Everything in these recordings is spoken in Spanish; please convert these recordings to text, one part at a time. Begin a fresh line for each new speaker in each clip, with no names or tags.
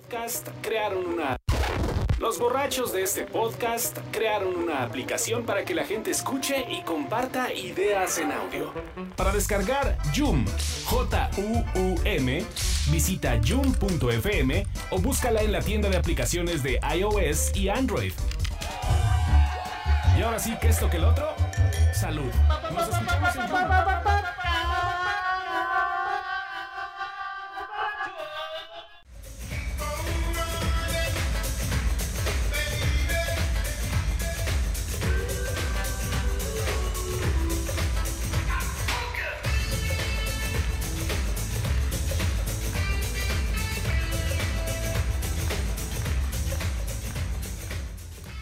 podcast crearon una... Los borrachos de este podcast crearon una aplicación para que la gente escuche y comparta ideas en audio. Para descargar Joom, J-U-U-M, visita joom.fm o búscala en la tienda de aplicaciones de iOS y Android. Y ahora sí que esto que el otro, salud. Nos escuchamos en Joom.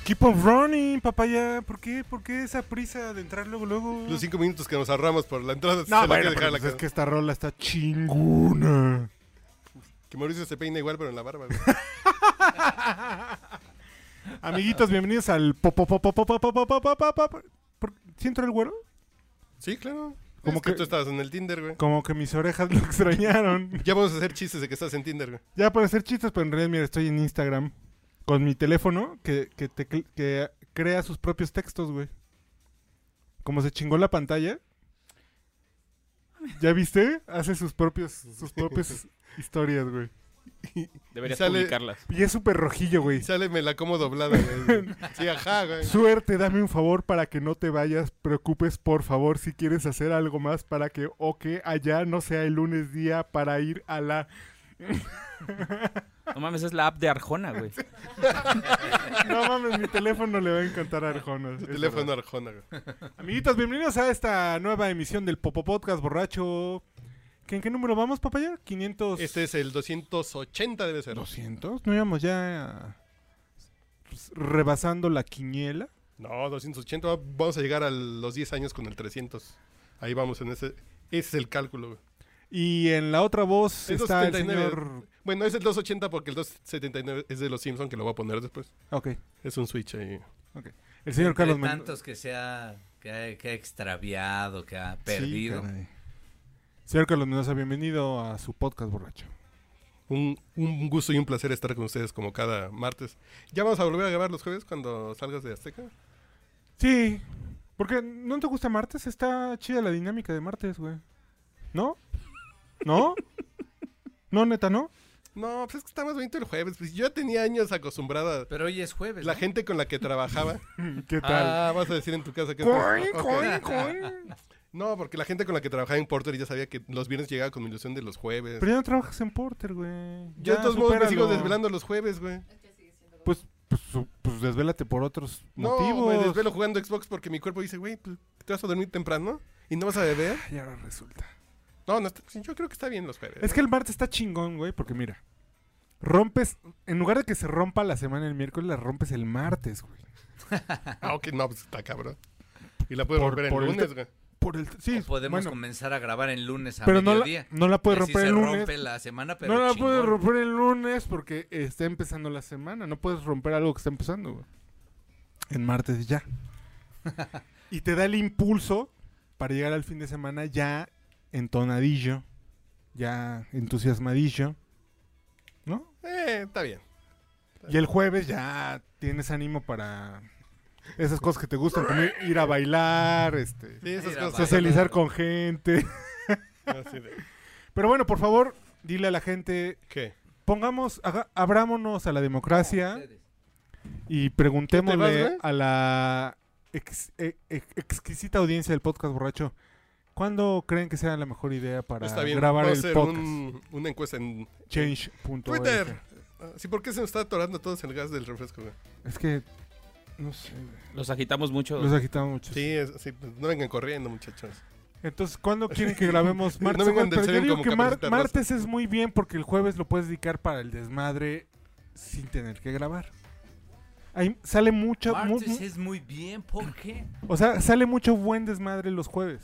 Keep on running, papaya. ¿Por qué? ¿Por qué esa prisa de entrar luego, luego?
Los cinco minutos que nos ahorramos por la entrada
no,
se la hay
bueno,
que dejar
pero
a la
pues es
cara.
que esta rola está chingona.
Que Mauricio se peina igual, pero en la barba. güey.
Amiguitos, bienvenidos al pop, pop, pop, pop, pop, pop, pop, pop, pop, pop. ¿Por- ¿Sí entró el güero?
sí, claro.
Como
Como que,
que-
tú estabas en el Tinder, güey.
Como que mis orejas lo extrañaron.
Ya vamos a hacer chistes de que estás en Tinder, güey.
Ya para hacer chistes, pero en realidad, mira, estoy en Instagram con mi teléfono que, que, te cl- que crea sus propios textos, güey. Como se chingó la pantalla. ¿Ya viste? Hace sus propios, sus propias historias, güey.
Y
Deberías
sale-
publicarlas.
Y es súper rojillo, güey.
Y sale, me la como doblada, güey. Sí, ajá, güey.
Suerte, dame un favor para que no te vayas. Preocupes, por favor, si quieres hacer algo más para que o que allá no sea el lunes día para ir a la.
No mames, es la app de Arjona, güey.
No mames, mi teléfono le va a encantar a Arjona.
Tu
es
teléfono
verdad.
arjona, güey.
Amiguitos, bienvenidos a esta nueva emisión del Popo Podcast Borracho. ¿Que ¿En qué número vamos, papaya? 500.
Este es el 280 debe ser.
200. No íbamos ya pues, rebasando la quiniela.
No, 280. va- Vamos a llegar a los 10 años con el 300. Ahí vamos en ese. Ese es el cálculo, güey.
Y en la otra voz
Es
está el
279.
señor.
Bueno, es el 280 porque el 279 es de los Simpsons que lo voy a poner después.
Ok,
Es un switch ahí.
ok. El señor
Entre
Carlos Men-
tantos que se ha, que, ha, que ha extraviado, que ha perdido.
Sí, caray. Señor Carlos Mendoza, bienvenido a su podcast borracho.
Un, un gusto y un placer estar con ustedes como cada martes. ¿Ya vamos a volver a grabar los jueves cuando salgas de Azteca?
Sí, porque ¿no te gusta martes? Está chida la dinámica de martes, güey. ¿No? ¿No? ¿No, neta, no?
No, pues es que está más bonito el jueves. Pues yo ya tenía años acostumbrada.
Pero hoy es jueves.
La
¿no?
gente con la que trabajaba.
¿Qué tal?
ah, vas a decir en tu casa que... es-
Coin,
Ok.
coin, coin.
No, porque la gente con la que trabajaba en Porter ya sabía que los viernes llegaba con mi ilusión de los jueves.
Pero ya no trabajas en Porter, güey.
yo de
Ya,
todos modos me sigo
supéralo.
desvelando los jueves, güey.
Pues, pues, su- pues desvélate por otros
No,
motivos.
me desvelo jugando Xbox porque mi cuerpo dice, güey, pues, ¿te vas a dormir temprano? ¿Y no vas a beber?
Y ahora resulta.
No, no, está- yo creo que está bien los jueves.
Es que el martes está chingón, güey, porque mira, rompes, en lugar de que se rompa la semana el miércoles, la rompes el martes, güey.
Ah, ok, no, pues está cabrón. Y la puedes
Por-
volver
por
el
el
lunes,
te-
güey.
Por el sí,
O podemos
bueno,
comenzar a grabar el lunes a
pero no la,
mediodía.
no la puedes
Y así
romper el
se
lunes.
rompe la semana, pero
no la
chingón.
puedes romper el lunes porque está empezando la semana. No puedes romper algo que está empezando, güey. En martes ya. y te da el impulso para llegar al fin de semana ya entonadillo, ya entusiasmadillo, ¿no?
Eh, está bien.
Y el jueves ya tienes ánimo para esas cosas que te gustan, como ir- ir a bailar, este,
Sí, esas
Mira,
cosas.
socializar con gente.
Así de-
Pero bueno, por favor, dile a la gente,
¿Qué?
pongamos, haga- abrámonos a la democracia y preguntémosle
¿Te vas, güey?
a la ex- e- e- exquisita audiencia del podcast borracho, ¿cuándo creen que sea la mejor idea para
Está bien.
grabar
Vamos
el
a hacer
podcast?
un- una encuesta en
Change.org.
Twitter. Ah, Sí, ¿por qué se nos está atorando todos el gas del refresco? güey?
Es que, no sé, güey,
Los agitamos mucho.
los agitamos mucho.
Sí, es- sí, pues, no vengan corriendo, muchachos.
Entonces, ¿cuándo quieren que grabemos
No
martes? o
vengan
jueves?
del
Pero yo
Seven
digo
como
que mar-
Caperucita Rosa.
martes es muy bien porque el jueves lo puedes dedicar para el desmadre sin tener que grabar. Ahí sale mucho, mu-
Martes
mu-
es muy bien, ¿por qué?
o sea, sale mucho buen desmadre los jueves.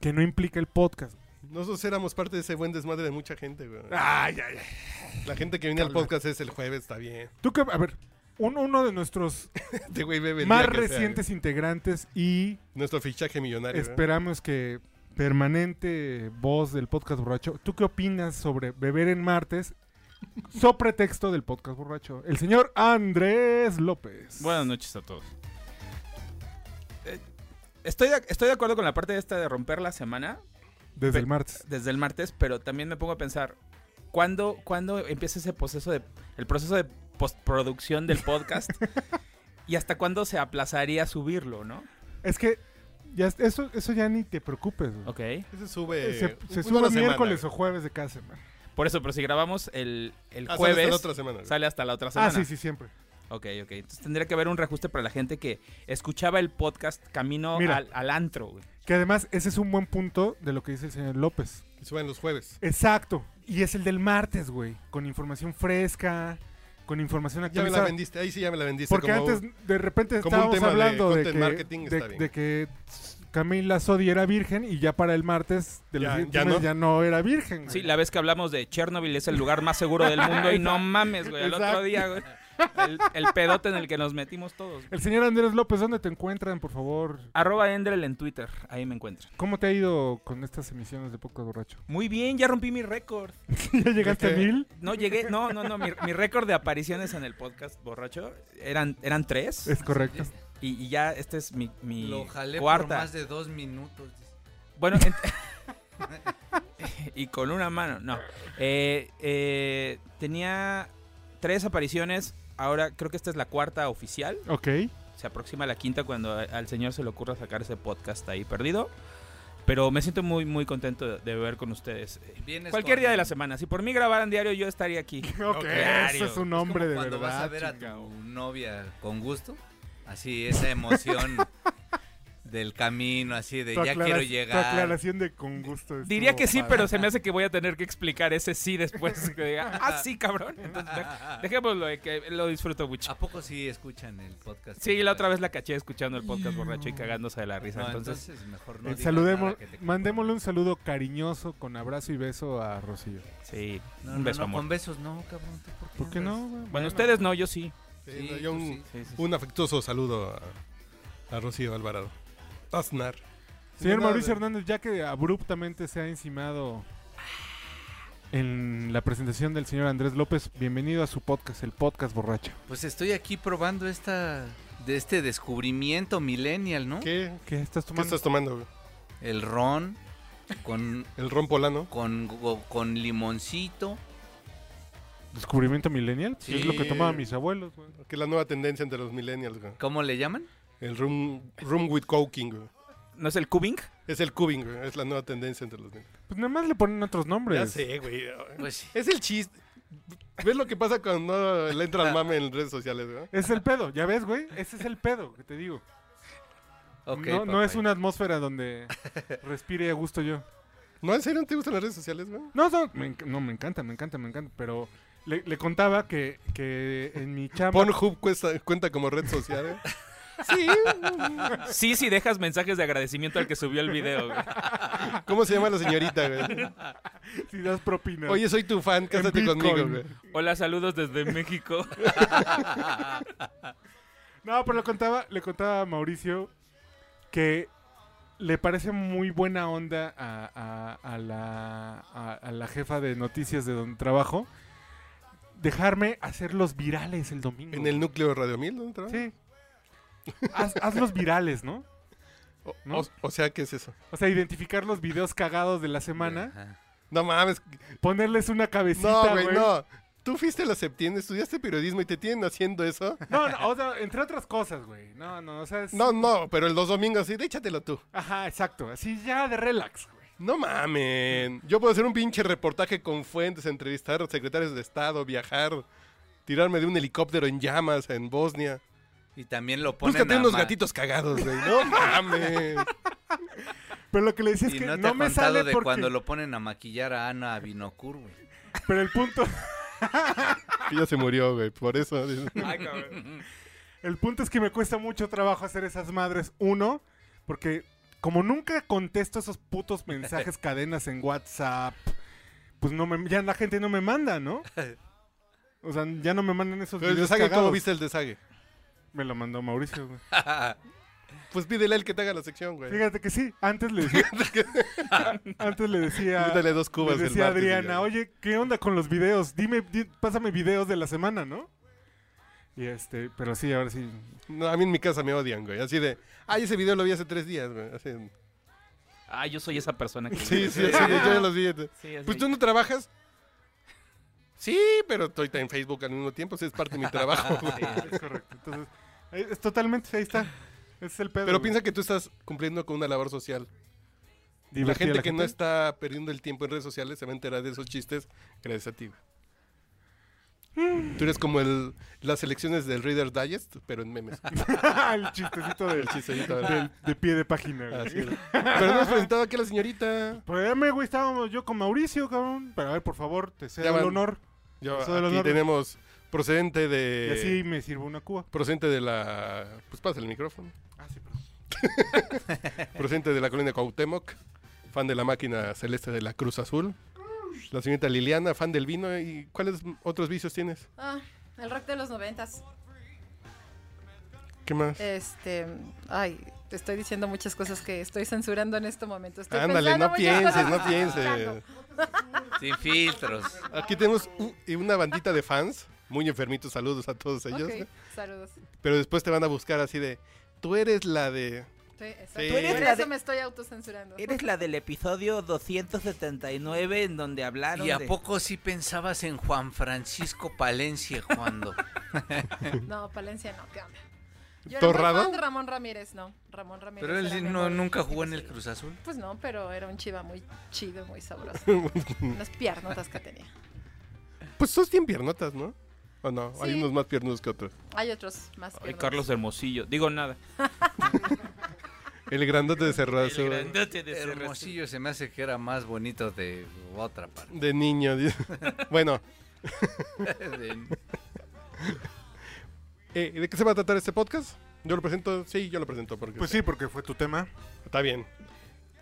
Que no implica el podcast.
Nosotros éramos parte de ese buen desmadre de mucha gente, güey.
Ay, ay, ay.
La gente que viene al
Cálmate.
podcast es el jueves, está bien.
Tú que, a ver, un- uno de nuestros
Este güey bebe el
más
día que sea,
recientes integrantes y
güey. Nuestro fichaje millonario. güey.
esperamos que permanente voz del podcast borracho. ¿Tú qué opinas sobre beber en martes So pretexto del podcast borracho. El señor Andrés López.
Buenas noches a todos. Eh, Estoy de, estoy de acuerdo con la parte esta de romper la semana
Desde
Pe-
el martes.
desde el martes, pero también me pongo a pensar, ¿cuándo, ¿cuándo empieza ese proceso de, el proceso de postproducción del podcast? ¿Y hasta cuándo se aplazaría subirlo, no?
Es que ya, es- eso, eso ya ni te preocupes. güey.
Ok.
Ese sube.
Eh, se se
una
sube
semana, Ah,
miércoles
güey.
o jueves de cada semana.
Por eso, pero si grabamos el, el
Ah, sale hasta
jueves,
la otra semana. güey.
sale hasta la otra semana.
Ah, sí, sí, siempre.
Ok, ok. Entonces tendría que haber un reajuste para la gente que escuchaba el podcast camino
Mira.
al, al antro, güey.
Que además ese es un buen punto de lo que dice el señor López.
Y suben los jueves.
Exacto. Y es el del martes, güey. Con información fresca, con información
Ya me la
actualizada.
vendiste. Ahí sí ya me la vendiste.
Porque
como-
antes de repente
como
estábamos
un tema de
hablando de,
content
que,
marketing está
de-
bien.
de que Camila Sodi era virgen y ya para el martes de los
Ya-
siguientes
ya
meses
no.
ya no era virgen. güey.
Sí, la vez que hablamos de Chernobyl es el lugar más seguro del mundo y no mames, güey. El otro
Exacto.
día, güey. El, el pedote en el que nos metimos todos. güey.
El señor Andrés López, ¿dónde te encuentran, por favor?
Arroba Endrel en Twitter, ahí me encuentran.
¿Cómo te ha ido con estas emisiones de Podcast Borracho?
Muy bien, ya rompí mi récord.
¿Ya llegaste a
Este-
mil?
No llegué, no, no, no. Mi, mi récord de apariciones en el podcast borracho eran, eran tres.
Es correcto.
Y, y ya este es mi, mi
Lo jalé
cuarta.
por más de dos minutos.
Bueno, ent- y con una mano, no. Eh, eh, tenía tres apariciones. Ahora creo que esta es la cuarta oficial.
Ok.
Se aproxima la quinta cuando a- al señor se le ocurra sacar ese podcast ahí perdido. Pero me siento muy, muy contento de, de ver con ustedes. Eh,
Vienes
Cualquier
con-
día de la semana. Si por mí grabaran diario, yo estaría aquí.
Ok, ese
Diario.
es un
Es como
hombre de
cuando
verdad.
vas a ver a
chingado.
tu novia con gusto, así esa emoción del camino, así de
Tu
ya
aclara-
quiero
Tu
llegar.
aclaración de con gusto.
Diría
estuvo
que sí,
padre. Eh,
pero se me hace que voy a tener que explicar ese sí después. Que diga, ah, sí, cabrón. Entonces, dej- dejémoslo, de que lo disfruto mucho.
¿A poco sí escuchan el podcast?
Sí, la otra vez la caché escuchando el podcast borracho y cagándose de la risa.
No,
entonces,
entonces, mejor no.
Eh,
digas
saludemos,
nada que te-
mandémosle un saludo cariñoso con abrazo y beso a Rocío.
sí,
No,
un
no,
beso,
no,
amor.
con besos no, cabrón. ¿tú
¿Por qué no? güey?
Bueno, ustedes no, yo sí.
Sí,
Sí,
no, yo
tú
un,
sí.
Sí, sí, sí.
un afectuoso saludo a, a Rocío Alvarado. Aznar.
Señor
No, no,
Mauricio
no.
Hernández, ya que abruptamente se ha encimado en la presentación del señor Andrés López, bienvenido a su podcast, el podcast borracho.
Pues estoy aquí probando esta de este descubrimiento millennial, ¿no?
¿Qué,
¿Qué estás
¿Qué
tomando?
estás tomando? güey?
El ron con
El ron polano.
con go- con limoncito.
¿Descubrimiento millennial?
Sí.
Es lo que tomaban mis abuelos. güey.
Que es la nueva tendencia entre los millennials. güey.
¿Cómo le llaman?
El room, room with coking. güey.
¿No es el cubing?
Es el cubing. güey. Es la nueva tendencia entre los millennials.
Pues nada más le ponen otros nombres.
Ya sé, güey.
Pues sí.
Es el chiste. ¿Ves lo que pasa cuando le entra al mame en redes sociales? güey?
Es el pedo, ya ves, güey. Ese es el pedo que te digo.
Ok,
no, no es
papá.
una atmósfera donde respire a gusto yo.
¿No en serio no te gustan las redes sociales? güey?
No, no, me, enc- no, me encanta, me encanta, me encanta. Pero le, le contaba que, que en mi chamba.
Pornhub cuesta- cuenta como red social. eh?
Sí.
Sí, sí, dejas mensajes de agradecimiento al que subió el video. güey.
¿Cómo se llama la señorita? güey?
si das propina.
Oye, soy tu fan. Cásate
En Bitcoin.
conmigo. güey.
Hola, saludos desde México.
No, pero le contaba, le contaba a Mauricio que le parece muy buena onda a, a- a la, a- a la jefa de noticias de donde trabajo dejarme hacer los virales el domingo.
¿En el núcleo de Radio 1000? ¿Dónde trabajas?
Sí. Haz, haz los virales, ¿no?
O,
¿No?
o- o sea, ¿qué es eso?
O sea, identificar los videos cagados de la semana,
Ajá.
No mames.
ponerles una cabecita,
No, güey, no. Tú fuiste a la septiembre, estudiaste periodismo y te tienen haciendo eso.
No, no, o sea, entre otras cosas, güey. No, no, o sea, es...
No, no, pero los domingos sí, de échatelo tú.
Ajá, exacto. Así ya de relax, güey.
No mamen. Yo puedo hacer un pinche reportaje con fuentes, entrevistar secretarios de Estado, viajar, tirarme de un helicóptero en llamas en Bosnia.
Y también lo ponen
Búscate
a
unos
ma-
gatitos cagados, güey. No mames.
Pero lo que le decía es
Y
que
no
no,
te he
me
contado
sale
de
porque...
cuando lo ponen a maquillar a Ana Vinocur, güey.
Pero el punto...
Y ya se murió, güey, por eso.
Ay, cabrón.
El punto es que me cuesta mucho trabajo hacer esas madres. Uno, porque como nunca contesto esos putos mensajes cadenas en WhatsApp, pues no me, ya la gente no me manda, ¿no? O sea, ya no me mandan esos
Pero el
videos
desague, ¿cómo
cagados.
viste el desague?
Me lo mandó Mauricio, güey.
Pues pídele al que te haga la sección, güey.
Fíjate que sí, antes le decía. antes le decía.
Dale dos cubas
le
del
decía a
martes y ya.
Adriana, oye, ¿qué onda con los videos? Dime, di- pásame videos de la semana, ¿no? Y este, pero sí, ahora sí.
No, a mí en mi casa me odian, güey. Así de, ay, ese video lo vi hace tres días, güey. Así,
Ah, yo soy esa persona que...
sí, sí, así de, yo ya los vi.
Sí, así
Pues
de-
tú no trabajas. Sí, pero estoy en Facebook al mismo tiempo, sí, es parte de mi trabajo. güey.
Es correcto. Entonces, eh, es totalmente, ahí está. Ese es el pedo.
Pero
güey.
piensa que tú estás cumpliendo con una labor social.
Divertir
la
a
gente que no está perdiendo el tiempo en redes sociales se va a enterar de esos chistes gracias a ti. güey. Tú eres como el, las elecciones del Reader Digest, pero en memes.
el chistecito del,
El chistecito, ¿verdad?
del- de pie de página. güey.
Así es. Pero no has presentado aquí a la señorita.
Pues, me, güey, estábamos yo con Mauricio, cabrón. Pero a ver, por favor, te cedo
Ya
el
van.
honor.
Yo,
Eso de los
aquí
normas.
tenemos procedente
Y
de.
así me sirvo una cuba.
Procedente de la. Pues pasa el micrófono.
Ah, sí, perdón.
Procedente de la colonia Cuauhtémoc. Fan de la máquina celeste de la Cruz Azul. La señorita Liliana, fan del vino. ¿Y cuáles otros vicios tienes?
Ah, el rock de los noventas.
¿Qué más?
Este, ay, te estoy diciendo muchas cosas que estoy censurando en este momento. Estoy
Ándale,
pensando
no
muchas
pienses,
cosas
no
que estoy pensando.
pienses.
Sin filtros.
Aquí tenemos u- y una bandita de fans. Muy enfermitos, saludos a todos ellos.
Ok, saludos.
Pero después te van a buscar así de. Tú eres la de.
Sí, exacto.
Sí.
Por
Eres
la
eso
de-
me estoy autocensurando.
Eres la del episodio 279 en donde hablaron
¿Y a
de-
poco sí pensabas en Juan Francisco Palencia cuando?
No, Palencia no, ¿qué onda? Yo era muy
¿Torrado?
fan de Ramón Ramírez, no. Ramón Ramírez.
Pero
era mi
él no-
amor.
nunca jugó en el Cruz Azul.
Pues no, pero era un chiva muy chido, muy sabroso. Unas piernotas que tenía.
Pues sos bien piernotas, ¿no? ¿O no? Hay
Sí.
unos más piernos que otros.
Hay otros más.
Ay,
piernotas.
Carlos Hermosillo. Digo nada.
El grandote de Cerro
El
Azul.
grandote de Cerro Azul.
Hermosillo se me hace que era más bonito de otra parte.
De niño. dice. bueno,
De-
eh, ¿de qué se va a tratar este podcast? ¿Yo lo presento? Sí, yo lo presento. Porque
Pues sí, porque fue tu tema.
Está bien.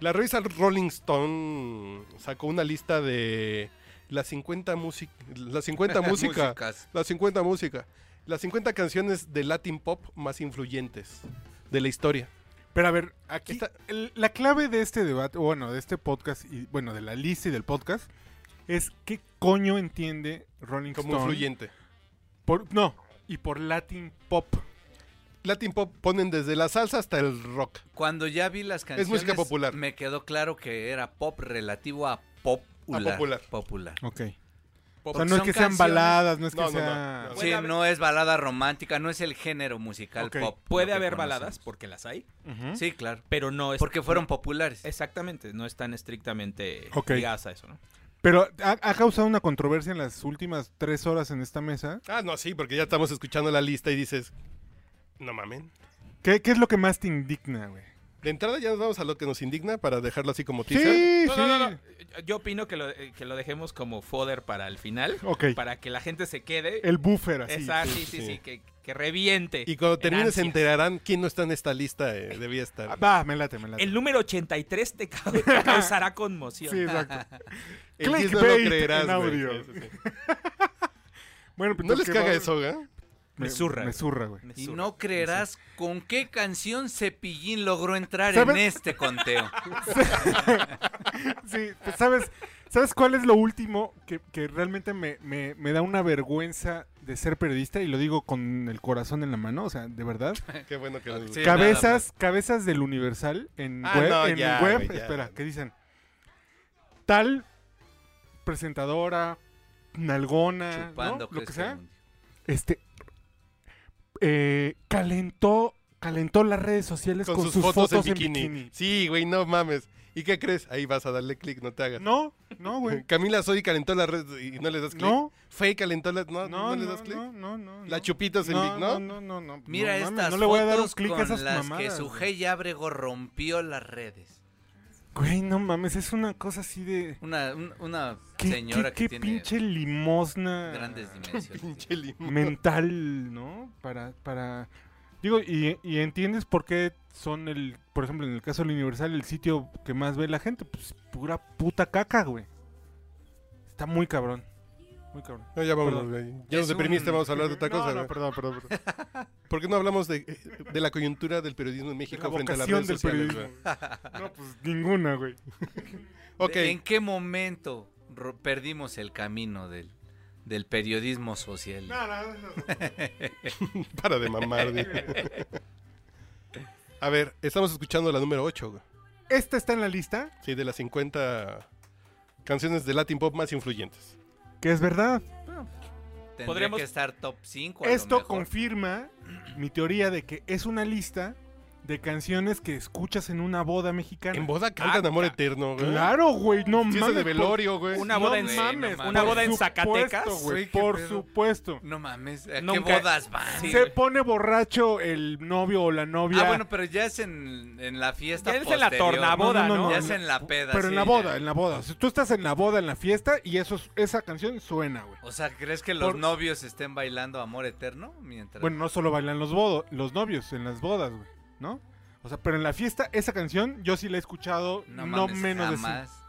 La revista Rolling Stone sacó una lista de las 50 músicas. Las 50 música.
Músicas.
las 50 música. Las 50 canciones de Latin Pop más influyentes de la historia.
Pero a ver, aquí
Está-
el- la clave de este debate, o bueno, de este podcast, y bueno, de la lista y del podcast, es qué coño entiende Rolling
Como
Stone.
influyente.
Por, no, y por Latin Pop.
Latin Pop ponen desde la salsa hasta el rock.
Cuando ya vi las canciones,
música popular.
me quedó claro que era pop relativo a popular.
A popular.
popular.
Ok. O sea,
Porque
no es
son
que sean
canciones-
baladas, no es que
No, no, no,
sea...
no.
Sí, no es balada romántica, no es el género musical
Ok.
pop.
Puede
lo que
haber
conocemos.
baladas, porque las hay,
Ujú.
Sí, claro.
pero no es...
Porque fueron populares.
Exactamente, no están estrictamente
Ok.
ligadas a eso, ¿no?
Pero ha, ha causado una controversia en las últimas tres horas en esta mesa.
Ah, no, sí, porque ya estamos escuchando la lista y dices, no mamen.
¿Qué, qué es lo que más te indigna, güey?
De entrada ya nos vamos a lo que nos indigna para dejarlo así como teaser.
Sí,
No,
sí.
no, no, no. Yo opino que lo, eh, que lo dejemos como fodder para el final,
Ok,
para que la gente se quede.
el buffer así.
Exacto,
sí,
sí, sí,
sí.
sí, que, que reviente.
Y cuando termines se
ansias.
enterarán quién no está en esta lista eh, debía estar.
Ah, Va, me late, me late.
El número 83 te, ca- te causará conmoción.
Sí, exacto.
El 10
Clickbait en
güey.
audio.
Sí, sí, sí.
Bueno, pues
No
entonces,
les caga
¿qué va?
eso, ¿eh?
Me zurra,
Me
güey.
zurra, güey.
Me
Y
zurra.
no creerás con qué canción Cepillín logró entrar
¿Sabes?
en este conteo.
Sí, pues, ¿sabes, ¿sabes cuál es lo último que, que realmente me, me- me da una vergüenza de ser periodista? Y lo digo con el corazón en la mano, o sea, de verdad.
Qué bueno que lo-
Sí. nada
cabezas,
más.
cabezas del Universal en
Ah,
web.
no,
en
ya,
web
güey, ya.
espera, ¿qué dicen? Tal presentadora, nalgona,
Chupando
¿no? lo que
Crespo del
sea,
Mundo.
este, eh, calentó, calentó las redes sociales
Con,
con,
sus, fotos, en bikini.
bikini.
Sí, güey, no mames. ¿Y qué crees? Ahí vas a darle clic, no te hagas.
No, no, güey.
Camila Sodi calentó la red y no le das clic.
No,
Faye calentó la...
no,
No,
no,
no, le das clic.
no, no, no.
La chupitas en Vic,
No,
¿no?
no, no, no.
Mira
no,
estas
mames, no le voy a dar un
fotos
clic
con
a esas
las que
mamadas, güey.
Sujei Abrego rompió las redes.
Güey, no mames, es una cosa así de...
Una, un- una
¿Qué,
señora
qué- qué
que tiene
pinche limosna
grandes dimensiones.
Pinche limón.
mental, ¿no? Para, para... Digo, y, y entiendes por qué son el, por ejemplo, en el caso del Universal, el sitio que más ve la gente, pues pura puta caca, güey. Está muy cabrón. Muy cabrón.
No, ya vámonos,
Perdón.
güey. Ya nos
Es
deprimiste,
un-
vamos a hablar de otra
No,
cosa,
no,
güey.
perdón, perdón, perdón.
¿Por qué no hablamos de, de la coyuntura del periodismo en México
la
frente a las
vocación
redes
del
sociales?
periodismo.
güey?
No, pues ninguna, güey.
Ok,
¿En qué momento ro- perdimos el camino del, del periodismo social?
No, no, no, no.
para de mamar. güey. A ver, estamos escuchando la número 8,
Esta está en la lista,
sí, de las 50 canciones de Latin Pop más influyentes.
que es verdad.
Tendría
Podríamos-
que estar top 5.
Esto confirma mi teoría de que es una lista de canciones que escuchas en una boda mexicana.
En boda cantan
Ah,
Amor
ca-
Eterno, güey.
Claro, güey, no
Fiesta
mames.
de
por-
velorio, güey.
Una boda en-
no
Sí,
mames,
no
una
mames.
por
boda en
supuesto,
Zacatecas.
güey,
Sí, qué
por
pedo.
supuesto.
No mames, ¿a qué
Nunca-
bodas van?
Sí,
Se
güey.
pone borracho el novio o la novia.
Ah, bueno, pero ya es en, en la fiesta
Ya es en la
posterior.
tornaboda, ¿no?
Ya es en la peda.
Pero en
sí,
la
ya.
boda, en la boda. O sea, tú estás en la boda, en la fiesta y eso, es- esa canción suena, güey.
O sea, ¿crees que los
Por-
novios estén bailando amor eterno? Mientras...
Bueno, no solo bailan los, bodo- los novios en las bodas, güey, ¿no? O sea, pero en la fiesta, esa canción yo sí la he escuchado no,
mames,
menos de Ah,
jamás.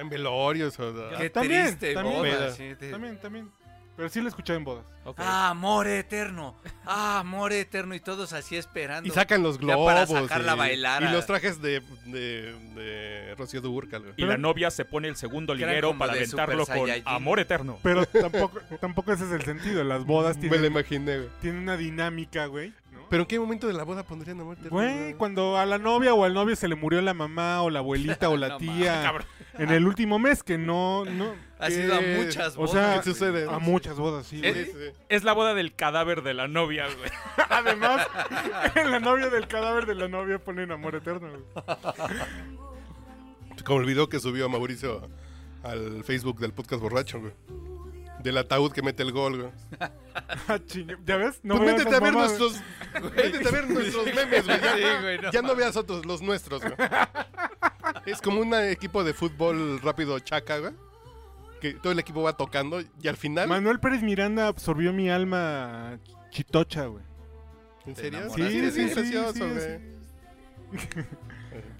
En velorios. o sea,
Qué
También,
triste
también.
boda.
Peda.
sí, te-
sí. También, también. Pero sí la he escuchado en bodas.
Ok.
Ah, amor eterno. Ah, amor eterno. Y todos así esperando.
Y sacan los
Ya
globos.
para sacarla a
y,
bailar
y
a-
los trajes de, de, de Rocío Dúrcal, güey.
Y la novia se pone el segundo
Eran
liguero
como
para
de
aventarlo
Super
con
Saiyajin.
amor eterno.
Pero tampoco, tampoco ese es el sentido. Las bodas
Me la
tienen,
imaginé, güey.
tienen una dinámica, güey. ¿no?
Pero en qué momento de la boda pondrían amor eterno.
Güey, cuando a la novia o al novio se le murió la mamá o la abuelita o la
No
tía
Cabrón.
en el último mes, que no, no,
Ha sido a
¿Qué?
muchas
eh, O
bodas.
sea,
güey.
¿qué sucede?
a muchas bodas, sí.
Sí,
güey.
sí, sí.
Es la boda del cadáver de la novia, güey.
Además, en la novia del cadáver de la novia ponen amor eterno. güey.
Como el video que subió Mauricio al Facebook del podcast borracho, güey. Del ataúd que mete el gol, güey.
Ah, chinga, ¿Ya ves? No
pues
veas
métete
las
a ver
mamadas.
nuestros. Métete a ver nuestros memes, güey. Ya,
Sí, güey, no
ya no veas otros, los nuestros, güey. Es como un equipo de fútbol rápido chaca, güey. Que todo el equipo va tocando y al final.
Manuel Pérez Miranda absorbió mi alma chitocha, güey.
¿En
Te
serio?
enamoraste de
sí,
él.
es gracioso,
sí, sí.
güey.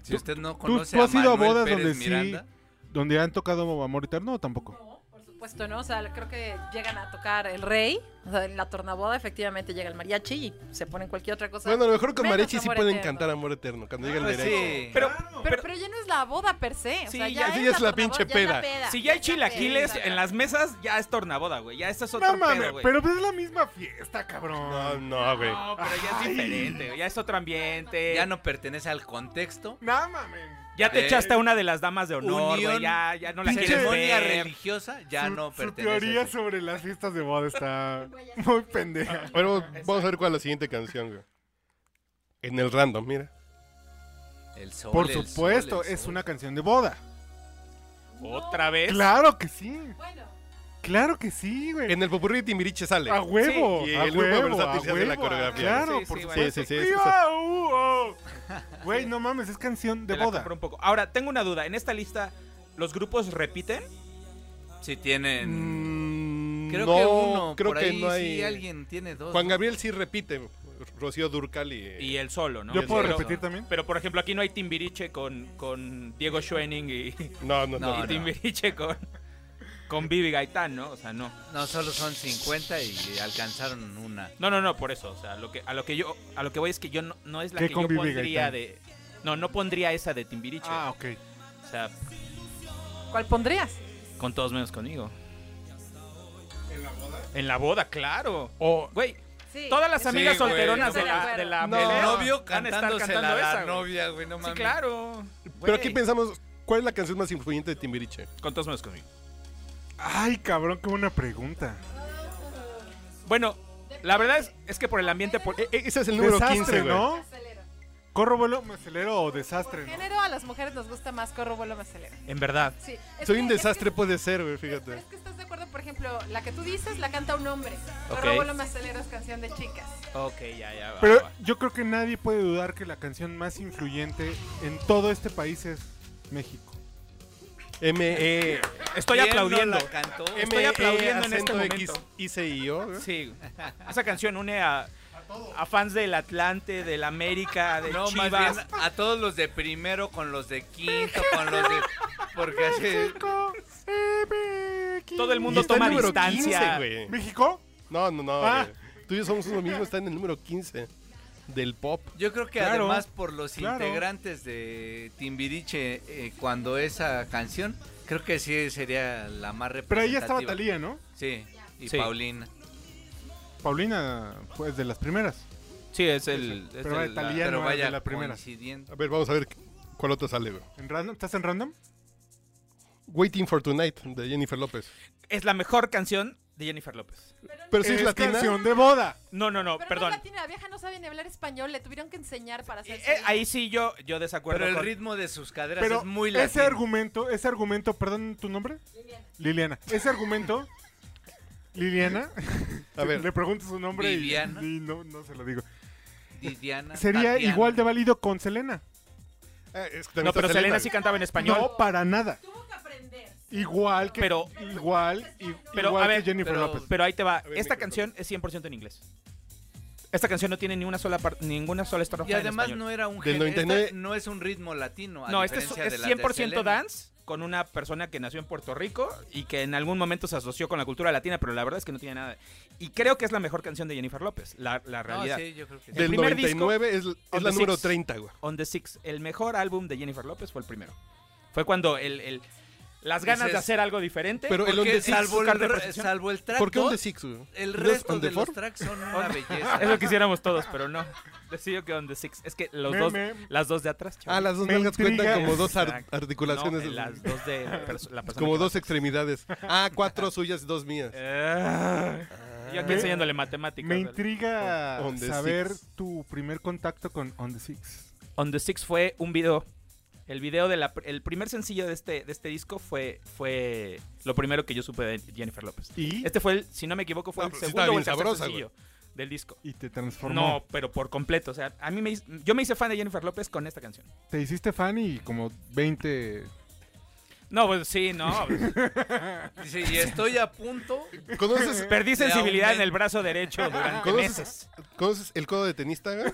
Si usted no conoce
tú
a
has ido a
Manuel
bodas
Pérez
donde sí-
Miranda,
¿Donde han tocado amor eterno o tampoco?
No, por supuesto, ¿no? O sea, creo que llegan a tocar el rey. O sea, en la tornaboda efectivamente llega el mariachi y se ponen cualquier otra cosa.
Bueno, a lo mejor con
menos
Mariachi sí
amor
pueden
eterno.
cantar Amor Eterno. Cuando llega el
pues
derecho.
sí.
Pero,
pero, pero ya no es la boda per se. O
Sí,
sea,
ya-
sí,
ya,
ya es la
tornaboda,
pinche
ya es la
peda.
si ya hay
es la
chilaquiles
peda.
en las mesas, ya es tornaboda, güey. Ya esta es otra
No mames,
pedo, güey.
pero pues es la misma fiesta, cabrón.
No, Ah, no, güey.
No, pero ya es diferente, güey. Ya es otro ambiente.
ya no pertenece al contexto.
No mames.
Ya te
Eh,
echaste a una de las damas de honor,
unión,
güey. Ya, ya no la
La
pinche
quieres
ceremonia
ver.
religiosa ya
su,
no
su
pertenece. a
teoría
eso.
sobre las fiestas de boda está muy pendeja.
Bueno, vamos a ver cuál es la siguiente canción, güey. En el random, mira.
El sol,
Por
el sol,
supuesto,
el
es
sol.
una canción de boda.
Otra vez.
Claro que sí.
Bueno,
Claro que sí, güey.
En el popurrí de Timbiriche sale.
A huevo,
Sí, y
a
el Hugo
huevo, a
Versátil se hace la
huevo.
coreografía.
Claro,
Sí,
por
sí,
supuesto.
sí, sí, sí,
¡Viva,
sí.
uh, oh! Güey, no mames, es canción de
Te la
boda.
compro un poco. Ahora, tengo una duda. En esta lista, ¿los grupos repiten?
Si tienen.
Mm,
Creo
no,
que uno.
creo
por
que
ahí
no
sí
hay.
alguien tiene dos.
Juan
¿no?
Gabriel sí repite. Rocío Durcal y.
Y el solo, ¿no?
¿Yo puedo
Pero-
repetir también?
Pero, por ejemplo, aquí no hay Timbiriche con, con Diego Schoening y, y
No, no, no.
No,
Timbiriche con, con Vivi Gaitán, ¿no? O sea, no.
No, solo son 50 y alcanzaron una.
No, no, no, por eso. O sea, lo que, a lo que yo a lo que voy es que yo no, no es la
¿Qué
que
con
yo
Vivi
pondría
Gaitán?
de... No, no pondría esa de Timbiriche.
Ah, ok.
O sea,
¿cuál pondrías?
con todos menos conmigo. ¿En la boda? En la boda, claro. Güey,
Sí.
todas las
eso
amigas
sí, güey,
solteronas
estoy
de la,
acuerdo.
de la
No.
pelea
El novio
van a estar
cantándose
cantando
la
esa, güey.
novia, güey, no mames.
Sí, claro.
Pero
Güey,
aquí pensamos, ¿cuál es la canción más influyente de Timbiriche?
Con todos menos conmigo.
Ay, cabrón, qué buena pregunta.
Bueno, la verdad es, es que por eh, el ambiente... pol-
E- e- ese es el número
desastre,
15, güey.
¿no?
Acelero.
Corro, vuelo, me acelero o desastre,
Por
¿no?
género a las mujeres nos gusta más corro, vuelo, me acelero.
En verdad.
Sí. es
Soy
que-
un
es que-
desastre, pues. puede ser, güey,
Pero
fíjate.
es que estás de acuerdo, por ejemplo, la que tú dices la canta un hombre. Corro,
Ok.
vuelo, me acelero es canción de chicas.
Ok, ya, ya. va,
Pero
va.
yo creo que nadie puede dudar que la canción más influyente en todo este país es México.
M-E.
Estoy
¿Quién no
aplaudiendo.
la cantó?
Estoy aplaudiendo en este
E acento X,
momento.
I-C-I-O, güey.
Sí. Esa canción une a, a fans del Atlante, del América, de
No, más
Chivas.
bien a todos los de primero, con los de quinto, con los de. Porque así.
Todo el
Y
mundo
está
toma
el número 15,
distancia.
güey.
¿México?
No, no, no.
Ah.
güey. Tú y yo somos uno mismo, está en el número 15 del pop.
Yo creo que
Claro,
además por los
claro.
integrantes de Timbiriche, eh, cuando esa canción, creo que sí sería la más
Pero ahí ya
representativa.
estaba Talía, ¿no?
Sí, y
Sí.
Paulina.
Paulina fue de las primeras.
Sí, es el. es
Pero
el-
de Talía
Pero
no era
vaya,
de la primera.
coincidiendo.
A ver, vamos a ver cuál otra sale, güey.
¿En random? ¿Estás en random?
Waiting for Tonight de Jennifer López.
es la mejor canción de Jennifer López.
Pero sí es, latina.
canción de boda.
No, no, no,
Pero
perdón.
no es latina, la vieja no sabe ni hablar español, le tuvieron que enseñar para hacer.
Eh, ahí sí yo, yo desacuerdo.
Pero el
con-
ritmo de sus caderas
Pero
es muy
ese
latino.
argumento, ese argumento, perdón, ¿tu nombre? Liliana. Ese argumento, Liliana,
A ver,
le pregunto su nombre y-
Viviana.
y, no, no se lo digo.
Didiana,
Sería
Ah, Tatiana.
igual de válido con Selena.
eh, es que también
No,
está
pero Selena
Selena.
sí cantaba en español.
No, para nada.
Tuvo que aprender.
Igual que
Pero-
igual, i-
Pero,
igual
a ver,
que Jennifer
pero-
López.
Pero ahí te va.
ver,
Esta
micrófono.
canción es 100% en inglés. Esta canción no tiene ni una sola par- ninguna sola estrofa
Y además
en español.
no era un
Del
género,
99.
no es un ritmo latino. a
No, este es,
diferencia de
es
las de
100%
Selena.
dance con una persona que nació en Puerto Rico y que en algún momento se asoció con la cultura latina, pero la verdad es que no tiene nada. Y creo que es la mejor canción de Jennifer López, la, la
No,
realidad.
sí, yo creo que sí.
Del
El primer
99 es, es
On
la
the
número
Six.
30, güey.
On the Six, el mejor álbum de Jennifer López fue el primero. Fue cuando el, el- las ganas de
Dices-
hacer algo diferente.
Pero el
Porque
On the Six.
salvo,
carta de
el,
presentación.
salvo el track
¿Por qué On
dos,
the Six, güey?
el
¿No es
resto
On the
de los
Four?
tracks son una belleza.
Eso quisiéramos todos, pero no. Decido que On the Six. Es que los
Me-
dos,
me-
las dos de atrás, chaval.
Ah, las dos
Me
nalgas cuentan
intriga.
como dos ar-
Exacto. No,
articulaciones.
eh, las dos de la perso- la persona
como
que
dos
va.
extremidades. Ah, cuatro suyas, dos mías.
Eh, Yo aquí
Me-
enseñándole matemáticas.
Me
al-
intriga
On the
saber
Six.
tu primer contacto con On the Six.
On the Six fue un video. El video de la, pr- el primer sencillo de este, de este disco fue, fue lo primero que yo supe de Jennifer López.
Y,
Este fue el, si no me equivoco, fue
No,
el
pero sí
segundo
estaba
o
bien
el tercer
sabrosa,
sencillo del disco.
y te transformó.
No, pero por completo. O sea, a mí me, hice- yo me hice fan de Jennifer López con esta canción.
Te hiciste fan y como 20...
No, pues sí, no.
Dice, y estoy a punto.
¿Conoces,
Perdí sensibilidad en
aumento.
el brazo derecho durante
¿Conoces-
meses.
conoces el codo de tenista, güey?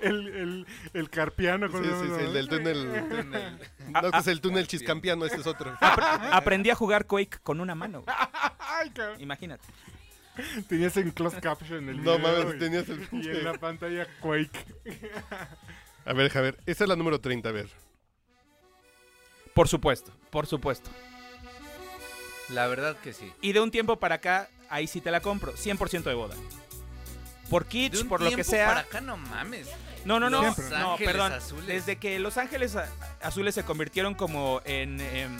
El, el, el carpiano.
Sí,
con-
sí, sí, el del túnel. No,
Ah,
este es el túnel chiscampiano, este es otro.
Apre- aprendí a jugar Quake con una mano. güey.
Ay, cabrón.
Imagínate.
Tenías en closed caption el video,
No mames,
y-
tenías el
Y en la pantalla Quake.
A ver, a ver. Esta es la número 30, a ver.
Por supuesto, por supuesto.
La verdad que sí.
Y de un tiempo para acá, ahí sí te la compro. 100% de boda. Por
De
kitsch,
un
por lo que
tiempo
sea.
Para acá no mames.
No, no, no.
Los
no,
Ángeles
perdón.
Azules.
Desde que Los Ángeles A- Azules se convirtieron como en em,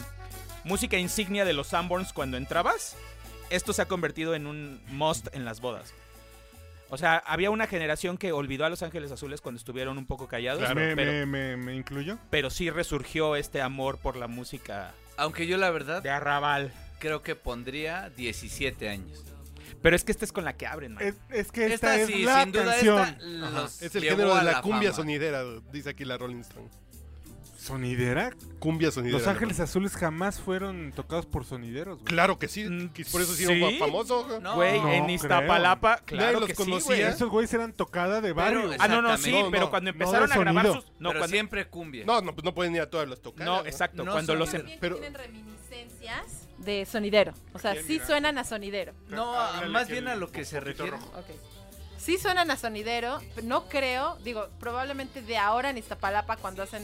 música insignia de los Sanborns cuando entrabas, esto se ha convertido en un must en las bodas. O sea, había una generación que olvidó a Los Ángeles Azules cuando estuvieron un poco callados,
Claro.
me,
pero,
me, me, me incluyo.
pero sí resurgió este amor por la música
Aunque yo la verdad
de arrabal.
creo que pondría 17 años.
Pero es que esta es con la que abren, man.
Es, es que esta, es la
sin duda
canción.
esta los
Es el
llevó
género
a
de la, cumbia
fama.
sonidera, dice aquí la Rolling Stone.
¿Sonidera?
Cumbia sonidera.
Los Ángeles Azules jamás fueron tocados por sonideros, güey.
Claro que sí.
Mm,
que Por eso sí,
¿sí?
fue famoso. güey.
No,
Güey,
No
en
creo.
Iztapalapa, claro
los
que sí,
conocía.
güey.
Esos güeyes eran tocada de barrio.
Pero-
güey.
Ah, no, no, sí,
Exactamente.
No,
pero
no.
No
cuando
de
empezaron a grabar
sonido.
sus... No,
pero
cuando-
siempre cumbia.
No, no, pues no pueden ir a todas las tocadas.
no
güey.
exacto.
No
cuando
son-
los...
Se-
Se,
em-
pero-
tienen reminiscencias de sonidero. O sea, sí suenan a sonidero.
No, a- más bien a lo que se refiere.
Ok. Sí suenan a sonidero, pero no creo, digo, probablemente de ahora en Iztapalapa cuando hacen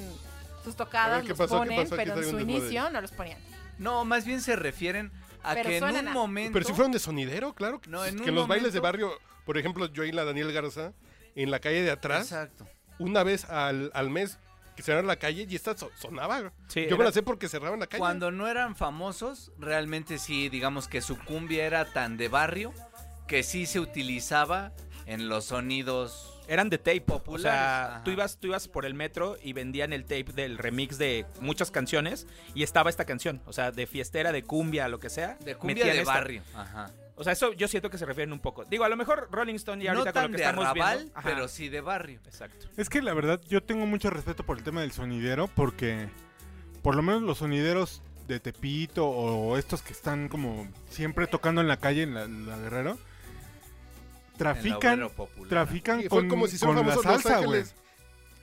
sus
A
tocadas
ver, ¿qué
los
pasó? ¿Qué
ponen,
pasó? Aquí
pero en
traigo
su
un desmadre.
inicio no los ponían.
No, más bien se refieren a
Pero
que en un
suenan a-
momento
Pero si fueron de sonidero, claro. Que,
No, en
que
un
en los bailes de
momento-
barrio, por ejemplo, yo y la Daniel Garza, en la calle de atrás,
Exacto.
una vez al, al mes que cerraron la calle y esta so- sonaba. güey.
Sí,
yo
era-
me la sé porque cerraban la calle.
Cuando no eran famosos, realmente sí, digamos que su cumbia era tan de barrio que sí se utilizaba en los sonidos.
Eran de tape popular. O
Populares,
sea,
ajá.
tú ibas, tú ibas por el metro y vendían el tape del remix de muchas canciones y estaba esta canción. O sea, de fiestera, de cumbia, lo que sea.
De cumbia
metían
de
esta.
barrio. Ajá.
O sea, eso yo siento que se refieren un poco. Digo, a lo mejor Rolling Stone ya
No
ahorita con
tan
lo que
de
estamos
arrabal,
viendo. Ajá,
pero sí de barrio.
Exacto.
Es que la verdad, yo tengo mucho respeto por el tema del sonidero porque por lo menos los sonideros de Tepito o estos que están como siempre tocando en la calle en la, la Guerrero
en la
trafican
obrero popular.
trafican
Sí, fue
con,
como si son
con la
famosos Los
salsa, güey.
Ángeles.